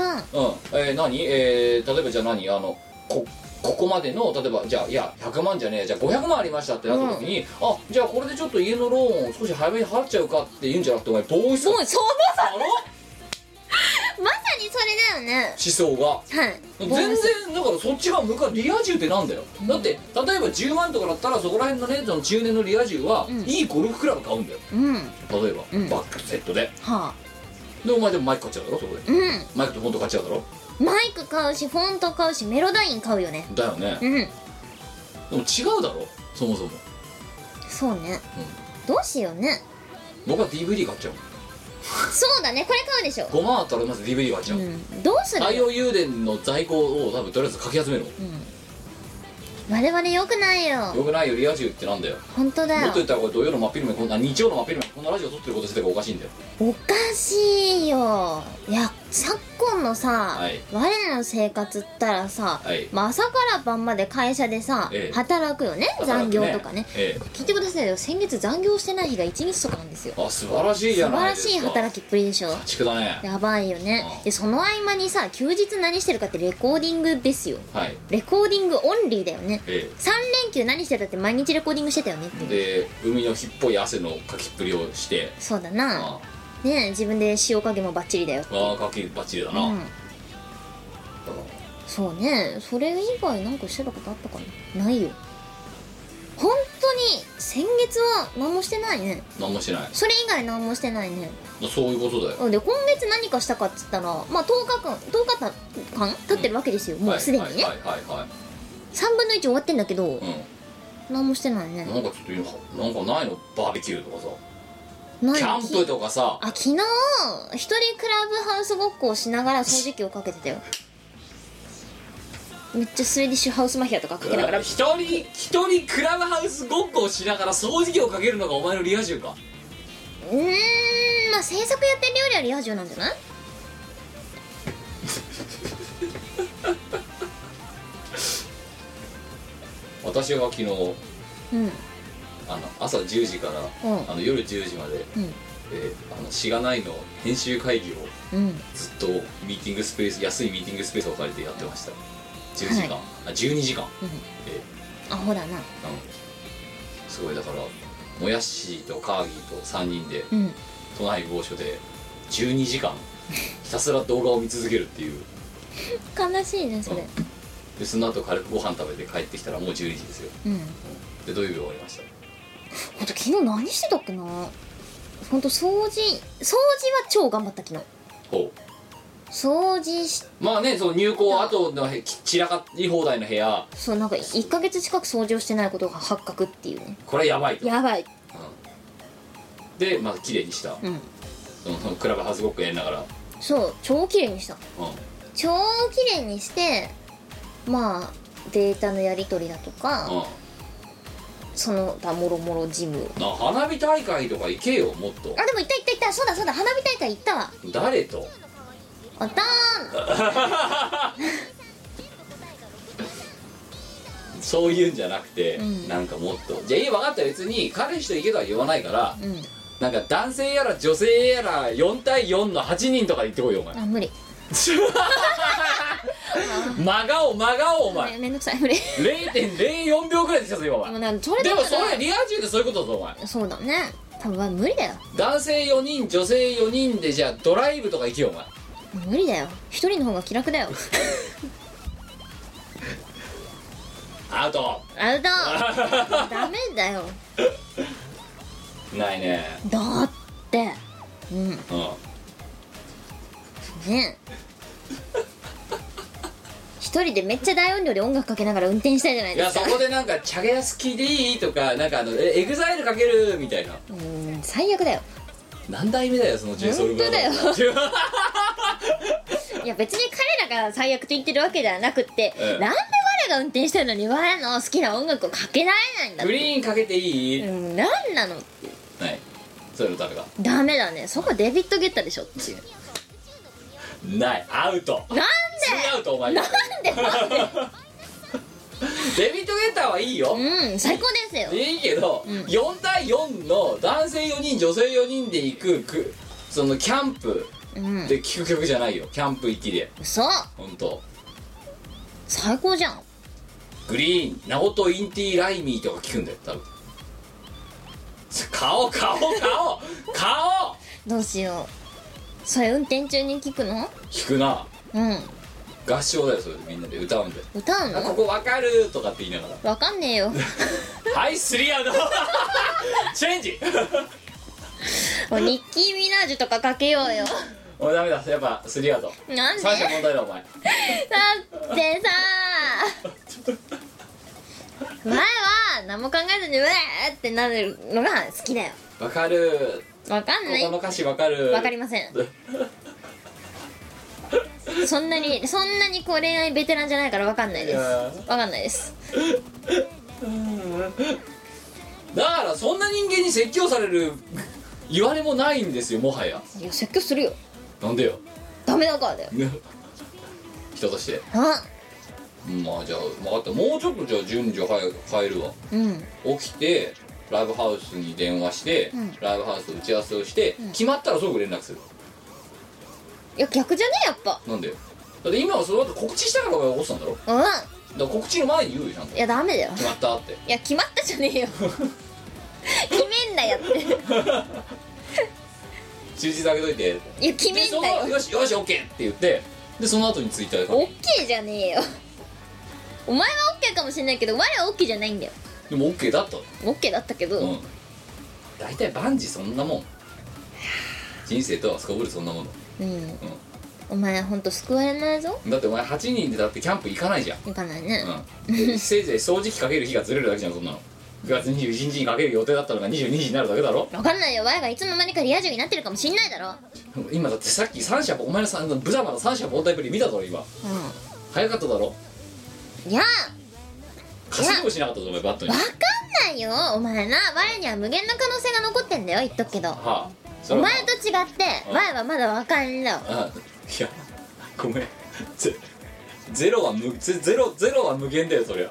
S4: えー何えー例えばじゃあ何あのこここまでの例えばじゃあいや100万じゃねえじゃあ500万ありましたってなった時に、あじゃあこれでちょっと家のローンを少し早めに払っちゃうかって言うんじゃなくてお前ボーイス
S1: そうそう
S4: だろ
S1: まさにそれだよね
S4: 思想が
S1: はい
S4: 全然だからそっちが向かうリア充ってなんだよ、だって例えば10万とかだったらそこら辺のねその中年のリア充は、
S1: うん
S4: いいゴルフクラブ買うんだよ
S1: うんは
S4: 例えば、
S1: うん
S4: バックセットで
S1: あ
S4: でお前でもマイク買っちゃうだろそこで
S1: うん
S4: マイクとフォント買っちゃうだろ
S1: マイク買うしフォント買うしメロダイン買うよね
S4: だよね、
S1: うん
S4: でも違うだろそもそも
S1: そうねどうしようね
S4: 僕は DVD 買っちゃう
S1: そうだねこれ買うでしょ
S4: 5万あったらまず DVD 買っち
S1: う
S4: ゃう、
S1: んどうする
S4: 太陽油田の在庫を多分とりあえずかき集めろ、
S1: 我々よくない
S4: よ
S1: よ
S4: くないよリア充ってなんだよ
S1: 本当だ
S4: もっ
S1: よ
S4: と言ったらこれ土曜の真っ昼間こんな日曜の真っ昼間にこんなラジオ撮ってること自体がおかしいんだよ
S1: おかしいよいや昨今のさ、
S4: はい
S1: 我らの生活ったらさ、
S4: はい
S1: まあ、朝から晩まで会社でさ、
S4: ええ
S1: 働くよね残業とかね
S4: え
S1: 聞いてくださいよ先月残業してない日が1日とかなんですよ
S4: えあ素晴らしいじゃ
S1: 素晴
S4: な
S1: ら
S4: いですか
S1: しい働きっぷりでしょ
S4: 家畜だね
S1: やばいよね
S4: うん
S1: でその合間にさ休日何してるかってレコーディングですよ
S4: はい
S1: レコーディングオンリーだよね
S4: え
S1: 3連休何してたって毎日レコーディングしてたよねって
S4: えで海の日っぽい汗のかきっぷりをして
S1: そうだな
S4: あ
S1: ねえ自分で塩加減もバッチリだよ
S4: ああかきばっちりだな、
S1: うんそうねそれ以外なんかしてたことあったかなないよ本当に先月は何もしてないね
S4: 何もしてない
S1: それ以外何もしてないね
S4: そういうことだよ
S1: うんで今月何かしたかっつったらまあ10日間10日間経ってるわけですよ、もうすでにね、
S4: はいはいはい、は
S1: 3分の1終わってんだけど、
S4: い
S1: 何もしてないね
S4: うん、なんかちょっと今なんかないのバーベキューとかさ
S1: ない
S4: キャンプとかさ
S1: あ昨日一人クラブハウスごっこをしながら掃除機をかけてたよめっちゃスウェディッシュハウスマフィアとかかけながら
S4: 一人一人クラブハウスごっこをしながら掃除機をかけるのがお前のリア充か
S1: うーんまあ制作やってるよりはリア充なんじゃない
S4: 私は昨日
S1: うん
S4: あの朝10時から、
S1: うん
S4: あの夜10時まで、
S1: うん
S4: えーあのしがないの編集会議を
S1: うん
S4: ずっとミーティングスペース安いミーティングスペースを借りてやってました10時間、
S1: はい
S4: あ12時間、
S1: うん
S4: え
S1: アホだな
S4: ーあのすごいだからもやっしーとカーギーと3人で
S1: うん
S4: 都内某所で12時間ひたすら動画を見続けるっていう
S1: 悲しいねそれ
S4: でその後軽くご飯食べて帰ってきたらもう12時ですよ
S1: うん
S4: で土曜日終わりました
S1: ほんと昨日何してたっけなほんと掃除掃除は超頑張った昨日
S4: ほう
S1: 掃除し
S4: まあねその入校後のへき散らかり放題の部屋
S1: そうなんか1ヶ月近く掃除をしてないことが発覚っていうね
S4: これやばいと、
S1: やばい
S4: うんでまあ綺麗にした、
S1: うん
S4: そのクラブハウスごっこやりながら、うん、
S1: そう超綺麗にした超綺麗にしてまあデータのやり取りだとか
S4: うん
S1: その他もろもろ事務を
S4: な花火大会とか行けよもっと
S1: あでも行った行った行ったそうだそうだ花火大会行ったわ
S4: 誰と
S1: あったーん
S4: そういうんじゃなくて、
S1: うん
S4: なんかもっとじゃあいい分かった別に彼氏と行けとは言わないから
S1: うん
S4: なんか男性やら女性やら4対4の8人とかで行ってこいよ お前
S1: あ無理
S4: 真顔真顔お
S1: め
S4: 前
S1: めんどくさい無理
S4: 0.04秒ぐらいで来たぞ今お前
S1: もうなんかそれ
S4: で
S1: だ
S4: も
S1: か
S4: それ
S1: ら
S4: リア充でそういうことだぞお前
S1: そうだね多分まあ無理だよ
S4: 男性4人女性4人でじゃあドライブとか行けよお前
S1: 無理だよ一人の方が気楽 だよ
S4: アウト
S1: アウト ダメだよ
S4: ないね
S1: だってうん
S4: うん
S1: ね一一人でめっちゃ大音量で音楽かけながら運転したいじゃない
S4: い
S1: で
S4: や
S1: す
S4: そ
S1: か
S4: こでなんか「チャゲヤスキでいい?」とか「なんかあのえエグザイルかける」みたいな
S1: うーん最悪だよ
S4: 何代目だよその j ソ u l
S1: 本いや別に彼らが最悪と言ってるわけではなくって、
S4: ええ
S1: なんで我が運転したいのに我の好きな音楽をかけられないんだっ
S4: グ
S1: て
S4: リーンかけていい、
S1: うん、なんなの
S4: はいそういうの誰か
S1: ダメだねそこデビッド・ゲッタでしょっていう
S4: ないアウト
S1: なん
S4: ツーアウトお前なん
S1: でなんで
S4: デビットゲッターはいいよ、
S1: うん最高ですよ
S4: いいけど、
S1: ん
S4: 4対4の男性4人女性4人で行くくそのキャンプ
S1: うん
S4: で聴く曲じゃないよキャンプ行きで
S1: そう
S4: 本当
S1: 最高じゃん
S4: グリーンナオトインティライミーとか聴くんだよ多分顔顔顔顔
S1: どうしようそれ運転中に聞くの
S4: 聴くな
S1: うん
S4: 合唱だよそれでみんなで歌うんだよ
S1: 歌う
S4: あこ
S1: の
S4: こわかるとかって言いながら
S1: わかんねえ よ
S4: はいスリーアウト チェンジ
S1: もうニッキー・ミナージュとかかけようよ
S4: お前ダメだやっぱスリーアウト
S1: なんでだ
S4: 三者問題だお前
S1: ってさ前は何も考えずに「うわ!」ってなるのが好きだよ
S4: わかる
S1: わかん
S4: こ
S1: な
S4: この
S1: い
S4: 歌詞わかる
S1: わかりませんそんなにそんなにこう恋愛ベテランじゃないからわかんないです
S4: いや
S1: わ
S4: ー
S1: かんないです
S4: だからそんな人間に説教される 言われもないんですよもはや
S1: いや説教するよ
S4: なんでよ
S1: ダメだからだよ
S4: 人として
S1: あ
S4: まあじゃあ分かったもうちょっとじゃあ順序早く変えるわ
S1: うん
S4: 起きてライブハウスに電話して、
S1: うん
S4: ライブハウスと打ち合わせをして、
S1: ん
S4: 決まったらすぐ連絡する
S1: いや逆じゃねえやっぱ
S4: なんでよだって今はその後告知したからお前起こしたんだろだか
S1: う
S4: ら告知の前に言うよちゃんと
S1: んいやダメだよ
S4: 決まったって
S1: いや決まったじゃねえよ 決めんなやって
S4: 数字だけといて
S1: いや決
S4: で
S1: め
S4: そ
S1: ん
S4: の
S1: なよ
S4: よしよし OK って言ってでその後にツイッターで書く
S1: オッケーじゃねえよ お前はオッケーかもしれないけど我はオッケーじゃないんだよ
S4: でも OK だったの
S1: オッケーだったけど、
S4: うん大体万事そんなもん人生とはすこぶるそんなもの
S1: うん、お前ほんと救われないぞ
S4: だってお前8人でだってキャンプ行かないじゃん、
S1: いかないね、
S4: うんで、せいぜい掃除機かける日がずれるだけじゃんそんなの9月21日にかける予定だったのが22時になるだけだろ
S1: わかんないよ我がいつの間にかリア充になってるかもしんないだろ
S4: 今だってさっき三者お前のさブザマの三者凡退ぶり見たぞ今
S1: う
S4: 早かっただろ
S1: んいや
S4: 稼ぎもしなかったぞお前バットに
S1: わ
S4: は
S1: かんないよお前な我には無限の可能性が残ってんだよ言っとくけど
S4: あそ
S1: お
S4: れは
S1: 前と違って
S4: うん
S1: 我はまだ若いんだよ
S4: あいやごめんゼゼロは無ゼゼロゼロは無限だよそりゃ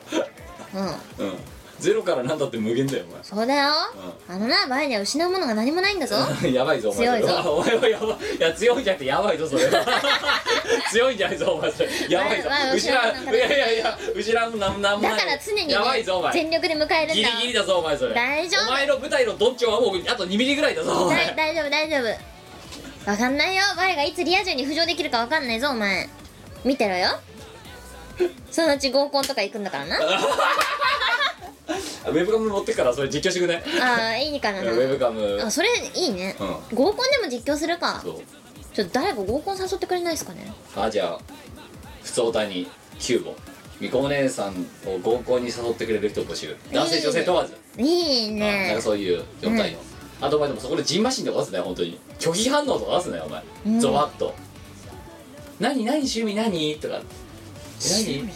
S1: うん
S4: うんゼロから何だって無限だよお前
S1: そうだよ、あのな我には失うものが何もないんだぞ
S4: やばいぞお前
S1: 強いぞ
S4: あ お前はやばいいや強いんじゃなくてやばいぞそれ は強いんじゃないぞお前それやばいぞ
S1: わわ
S4: 失ら
S1: 失らん
S4: んいやいやいや失らんもなんなんも
S1: だ
S4: ない
S1: から常に、ね
S4: やばいぞお、前
S1: 全力で迎えるん
S4: ギリ
S1: だ
S4: ギリだぞお前それ
S1: 大丈夫
S4: お前の舞台のどっちはもうあと2ミリぐらいだぞお
S1: だ
S4: 前
S1: 大丈夫大丈夫わかんないよ我がいつリア充に浮上できるかわかんないぞお前見てろ よそのうち合コンとか行くんだからな あ
S4: ウェブカム持ってくからそれ実況してくれ、ね、
S1: あーいいかな
S4: ウェブカム
S1: あそれいいね、
S4: う
S1: 合コンでも実況するか
S4: そう
S1: ちょっと誰か合コン誘ってくれないですかね
S4: あじゃあ普通歌にキューボみこお姉さんを合コンに誘ってくれる人を募集男性女性問わず、
S1: いい
S4: なん
S1: ね
S4: かそういう状態の、あとお前でもそこでジンマシンとか出すね本当に拒否反応とか出すねお前、
S1: ん
S4: ゾワッと「何何趣味何?」とか「何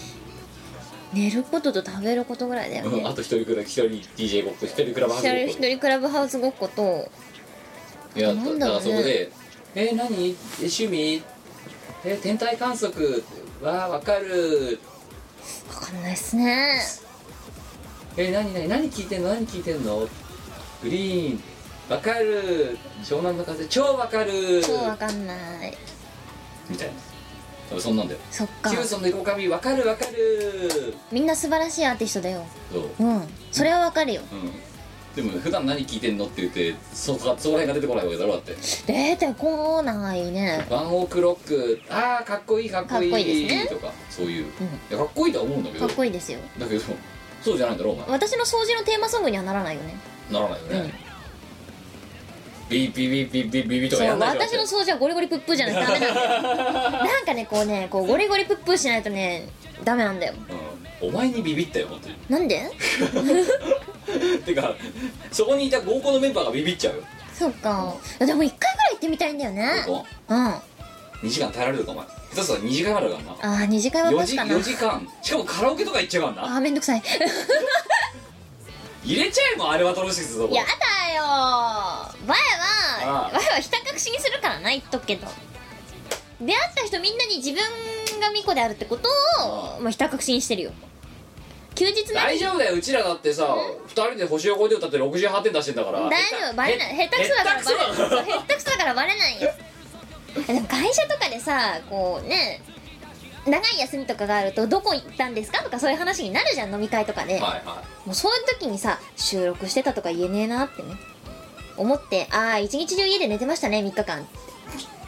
S1: 寝ることと食べることぐらいだよ
S4: うんあ
S1: ね
S4: と一人くらい一人 DJ ごっこ一人クラブハウスごっ
S1: 一
S4: こ
S1: 人クラブハウスごっこと
S4: いや
S1: なん
S4: だ
S1: だ
S4: か
S1: ろうね
S4: らそこで「え何え趣味え天体観測わあわかる
S1: わかんないっすね
S4: え何何何聞いてんの何聞いてんのグリーンわかる湘南の風超わかる
S1: 超わかんない
S4: みたいな多分そんなんだよ
S1: そっ
S4: キ
S1: か
S4: ューソンの横髪わかるわかる
S1: みんな素晴らしいアーティストだよ
S4: そう
S1: うんそれはわかるよ
S4: うんでも普段何聞いてんのって言ってそこそこら辺が出てこないわけだろだって
S1: 出てこないね
S4: ワンオークロックああかっこいいかっこいい
S1: かっこいいですね
S4: とかそうい
S1: う
S4: う、
S1: ん
S4: いやかっこいいとは思うんだけ
S1: か
S4: ど
S1: っこいいですよ
S4: だけどそうじゃないんだろお前
S1: 私の掃除のテーマソングにはならないよね
S4: ならないよね、ビービービービービービービーと
S1: そ
S4: か
S1: う
S4: やんないと
S1: 私の掃除はゴリゴリプップーじゃないとダメなんだよ なんかねこうねこうゴリゴリプップーしないとねダメなんだよ
S4: うんお前にビビったよ本当に
S1: なんで
S4: てかそこにいた合コンのメンバーがビビっちゃうよ
S1: そっかでも一回ぐらい行ってみたいんだよね
S4: 合コ
S1: うんあ
S4: ン2時間耐えられるかお前下手すら2時間あるからな
S1: あ二次会は
S4: 4
S1: 確
S4: 時
S1: かな
S4: ,4 時間しかもカラオケとか行っちゃうから
S1: あ
S4: な
S1: あめんどくさ い
S4: 入れちゃえばあれは楽しいですぞこれ
S1: やだよ前は
S4: ああ
S1: 前はひた隠しにするからな言っとくけど出会った人みんなに自分がミコであるってことをまあひた隠しにしてるよ休日なん
S4: 大
S1: て
S4: 丈夫だようちらだってさ2人で星を越えて歌って68点出してんだか
S1: 大
S4: ら
S1: 丈夫バレない下手くそだからバレないそう下手くそだからバレないよでも会社とかでさこうね長い休みとかがあるとどこ行ったんですかとかそういう話になるじゃん飲み会とかで、
S4: はいは
S1: もうそういう時にさ収録してたとか言えねえなってね思ってああ一日中家で寝てましたね3日間って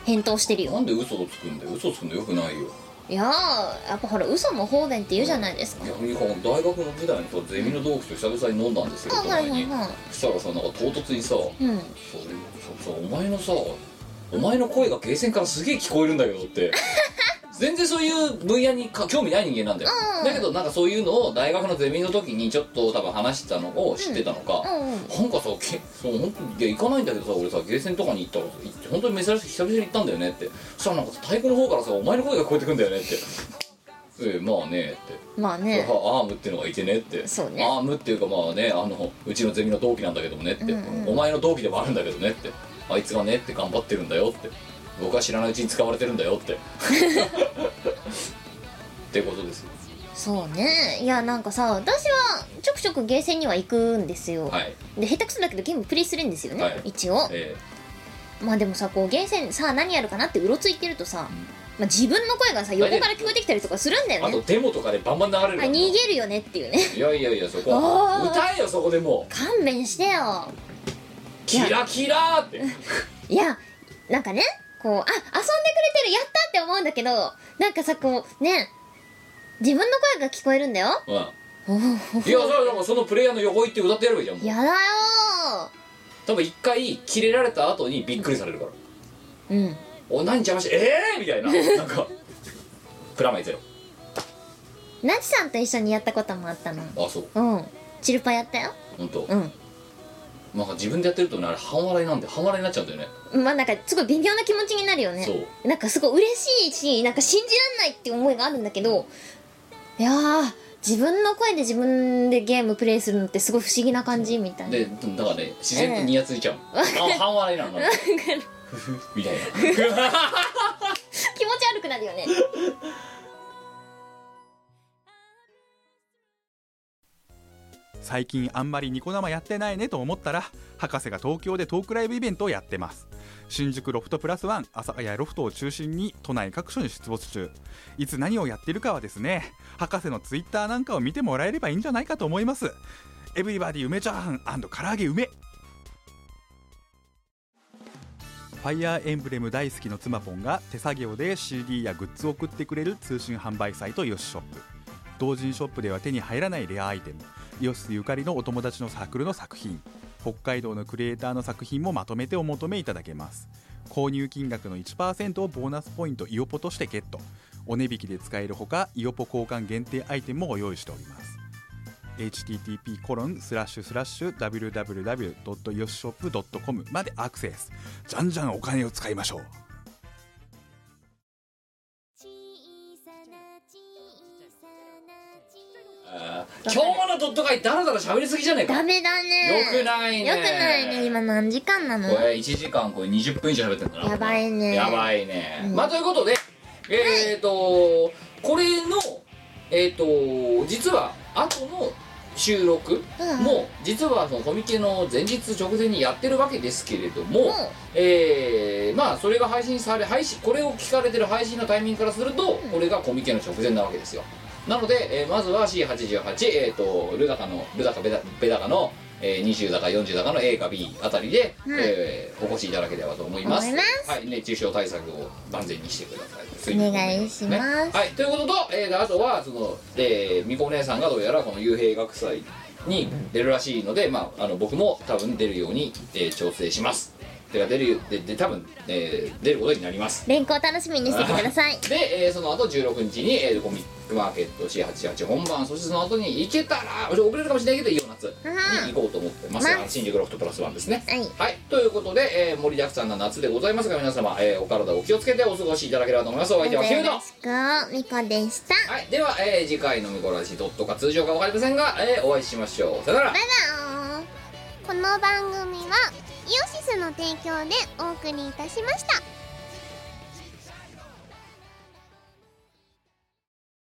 S1: 返答してる
S4: いな
S1: よ
S4: んで嘘をつくんだよ嘘つくのよくないよ
S1: いやーやっぱほら嘘も方便って言うじゃないですか、
S4: いやいや大学の時代にさゼミの同期と久々に飲んだんですよ
S1: あ
S4: お
S1: は
S4: 互
S1: い
S4: い
S1: はい
S4: に
S1: は
S4: そしたらさなんか唐突にさ
S1: いうん
S4: それそそお前のさお前の声がゲーセンからすげえ聞こえるんだけどって 全然そういう分野にか興味ない人間なんだよ、
S1: うん
S4: だけどなんかそういうのを大学のゼミの時にちょっと多分話してたのを知ってたのか、
S1: うんうん
S4: なんかさけそう本当にいや行かないんだけどさ俺さゲーセンとかに行ったら行って本当に珍しく久々に行ったんだよねってそしたらなんか太鼓の方からさお前の声が聞こえてくんだよねってええまあねって
S1: まあね
S4: はアームっていうのがいてねって
S1: そうね
S4: アームっていうかまあねあのうちのゼミの同期なんだけどもねって、
S1: うんうん
S4: お前の同期でもあるんだけどねってあいつがねって頑張ってるんだよって僕は知らないうちに使われてるんだよってってことですよ
S1: そうねいやなんかさ私はちょくちょくゲーセンには行くんですよ、
S4: はい
S1: で下手くそだけどゲームプレイするんですよね、
S4: はい
S1: 一応
S4: え
S1: まあでもさこうゲーセンさあ何やるかなってうろついてるとさ、まあ、自分の声がさ横から聞こえてきたりとかするんだ
S4: ーあ
S1: よ
S4: と
S1: ね
S4: デモとかでバンバン流れる
S1: あ
S4: から
S1: 逃
S4: な
S1: げるよねっていうね
S4: いやいやいやそこ
S1: あー
S4: は歌えよそこでもう
S1: 勘弁してよ
S4: キラキラーって
S1: いやなんかねこうあ遊んでくれてるやったって思うんだけどなんかさこうね自分の声が聞こえるんだよ
S4: うんいやそれはだからそのプレイヤーの横行って歌ってやればいいじゃんもう
S1: やだよ
S4: 多分一回キレられた後にびっくりされるから
S1: ーうん
S4: お何邪魔してええー、みた いななんかプラマイゼロ
S1: なちさんと一緒にやったこともあったの
S4: あそう
S1: うんチルパやったよ
S4: 本当。
S1: うん
S4: なんか自分でやってるとねあれ半笑いなんで半笑いになっちゃうんだよね
S1: まあなんかすごい微妙な気持ちになるよね
S4: そう
S1: なんかすごい嬉しいしなんか信じらんないっていう思いがあるんだけどいやー自分の声で自分でゲームプレイするのってすごい不思議な感じみたいな
S4: でだからね自然とニヤついちゃう、あ半笑いなのなんかふふみたいな
S1: 気持ち悪くなるよね
S5: 最近あんまりニコ生やってないねと思ったら博士が東京でトークライブイベントをやってます新宿ロフトプラスワン朝やロフトを中心に都内各所に出没中いつ何をやってるかはですね博士のツイッターなんかを見てもらえればいいんじゃないかと思いますエブリバディ梅チャーハン唐揚げ梅ファイアーエンブレム大好きの妻ポンが手作業で CD やグッズを送ってくれる通信販売サイトヨシショップ同人ショップでは手に入らないレアアイテムイオシスゆかりのお友達のサークルの作品北海道のクリエイターの作品もまとめてお求めいただけます購入金額の1%をボーナスポイントイオポとしてゲットお値引きで使えるほかイオポ交換限定アイテムもご用意しております http コロンスラッシュスラッシュ www.yoshop.com までアクセスじゃんじゃんお金を使いましょう
S4: あー今日のドット会だらだら喋りすぎじゃねえか
S1: ダメだね
S4: よくないね
S1: よくないね今何時間なの
S4: これ1時間これ20分以上喋ってんだな
S1: やばいね
S4: やばいね、
S1: うん
S4: まあということでえっ、ー、とこれのえっ、ー、と実は後の収録
S1: うん
S4: も実はそのコミケの前日直前にやってるわけですけれども、
S1: うん
S4: えーまあそれが配信され配信これを聞かれてる配信のタイミングからすると、
S1: ん
S4: これがコミケの直前なわけですよなので、えーまずは C88 えっ、とルダカのルダカベダベダカの、えー、20だか40だかの A か B あたりで、
S1: うん
S4: えーお越しいただければと思います
S1: 思いま
S4: はい、熱中症対策を万全にしてください
S1: お願いします
S4: ねはいということと、えーであとはその、えー、みこお姉さんがどうやらこの幽閉学祭に出るらしいので、まあ、あの僕も多分出るように、えー調整します手が出るでで多分、えー出ることになります
S1: 連行楽しみにしててください
S4: で、えーその後16日に、えーコミックマーケット C88 本番そしてその後に行けたら遅れるかもしれないけどイオナツに行こうと思ってます、
S1: まあ
S4: 新宿ロフトプラスワンですね
S1: はい
S4: はいということで、えー盛りだくさんな夏でございますが皆様、えーお体お気をつけてお過ごしいただければと思いますお相手はヒュー
S1: よ
S4: ド
S1: ろしくみこでした
S4: はい、では、えー次回の「ミコラジ」ドットか通常か分かりませんが、えーお会いしましょうさよなら
S6: バイバーイこの番組はイオシスの提供でお送りいたしました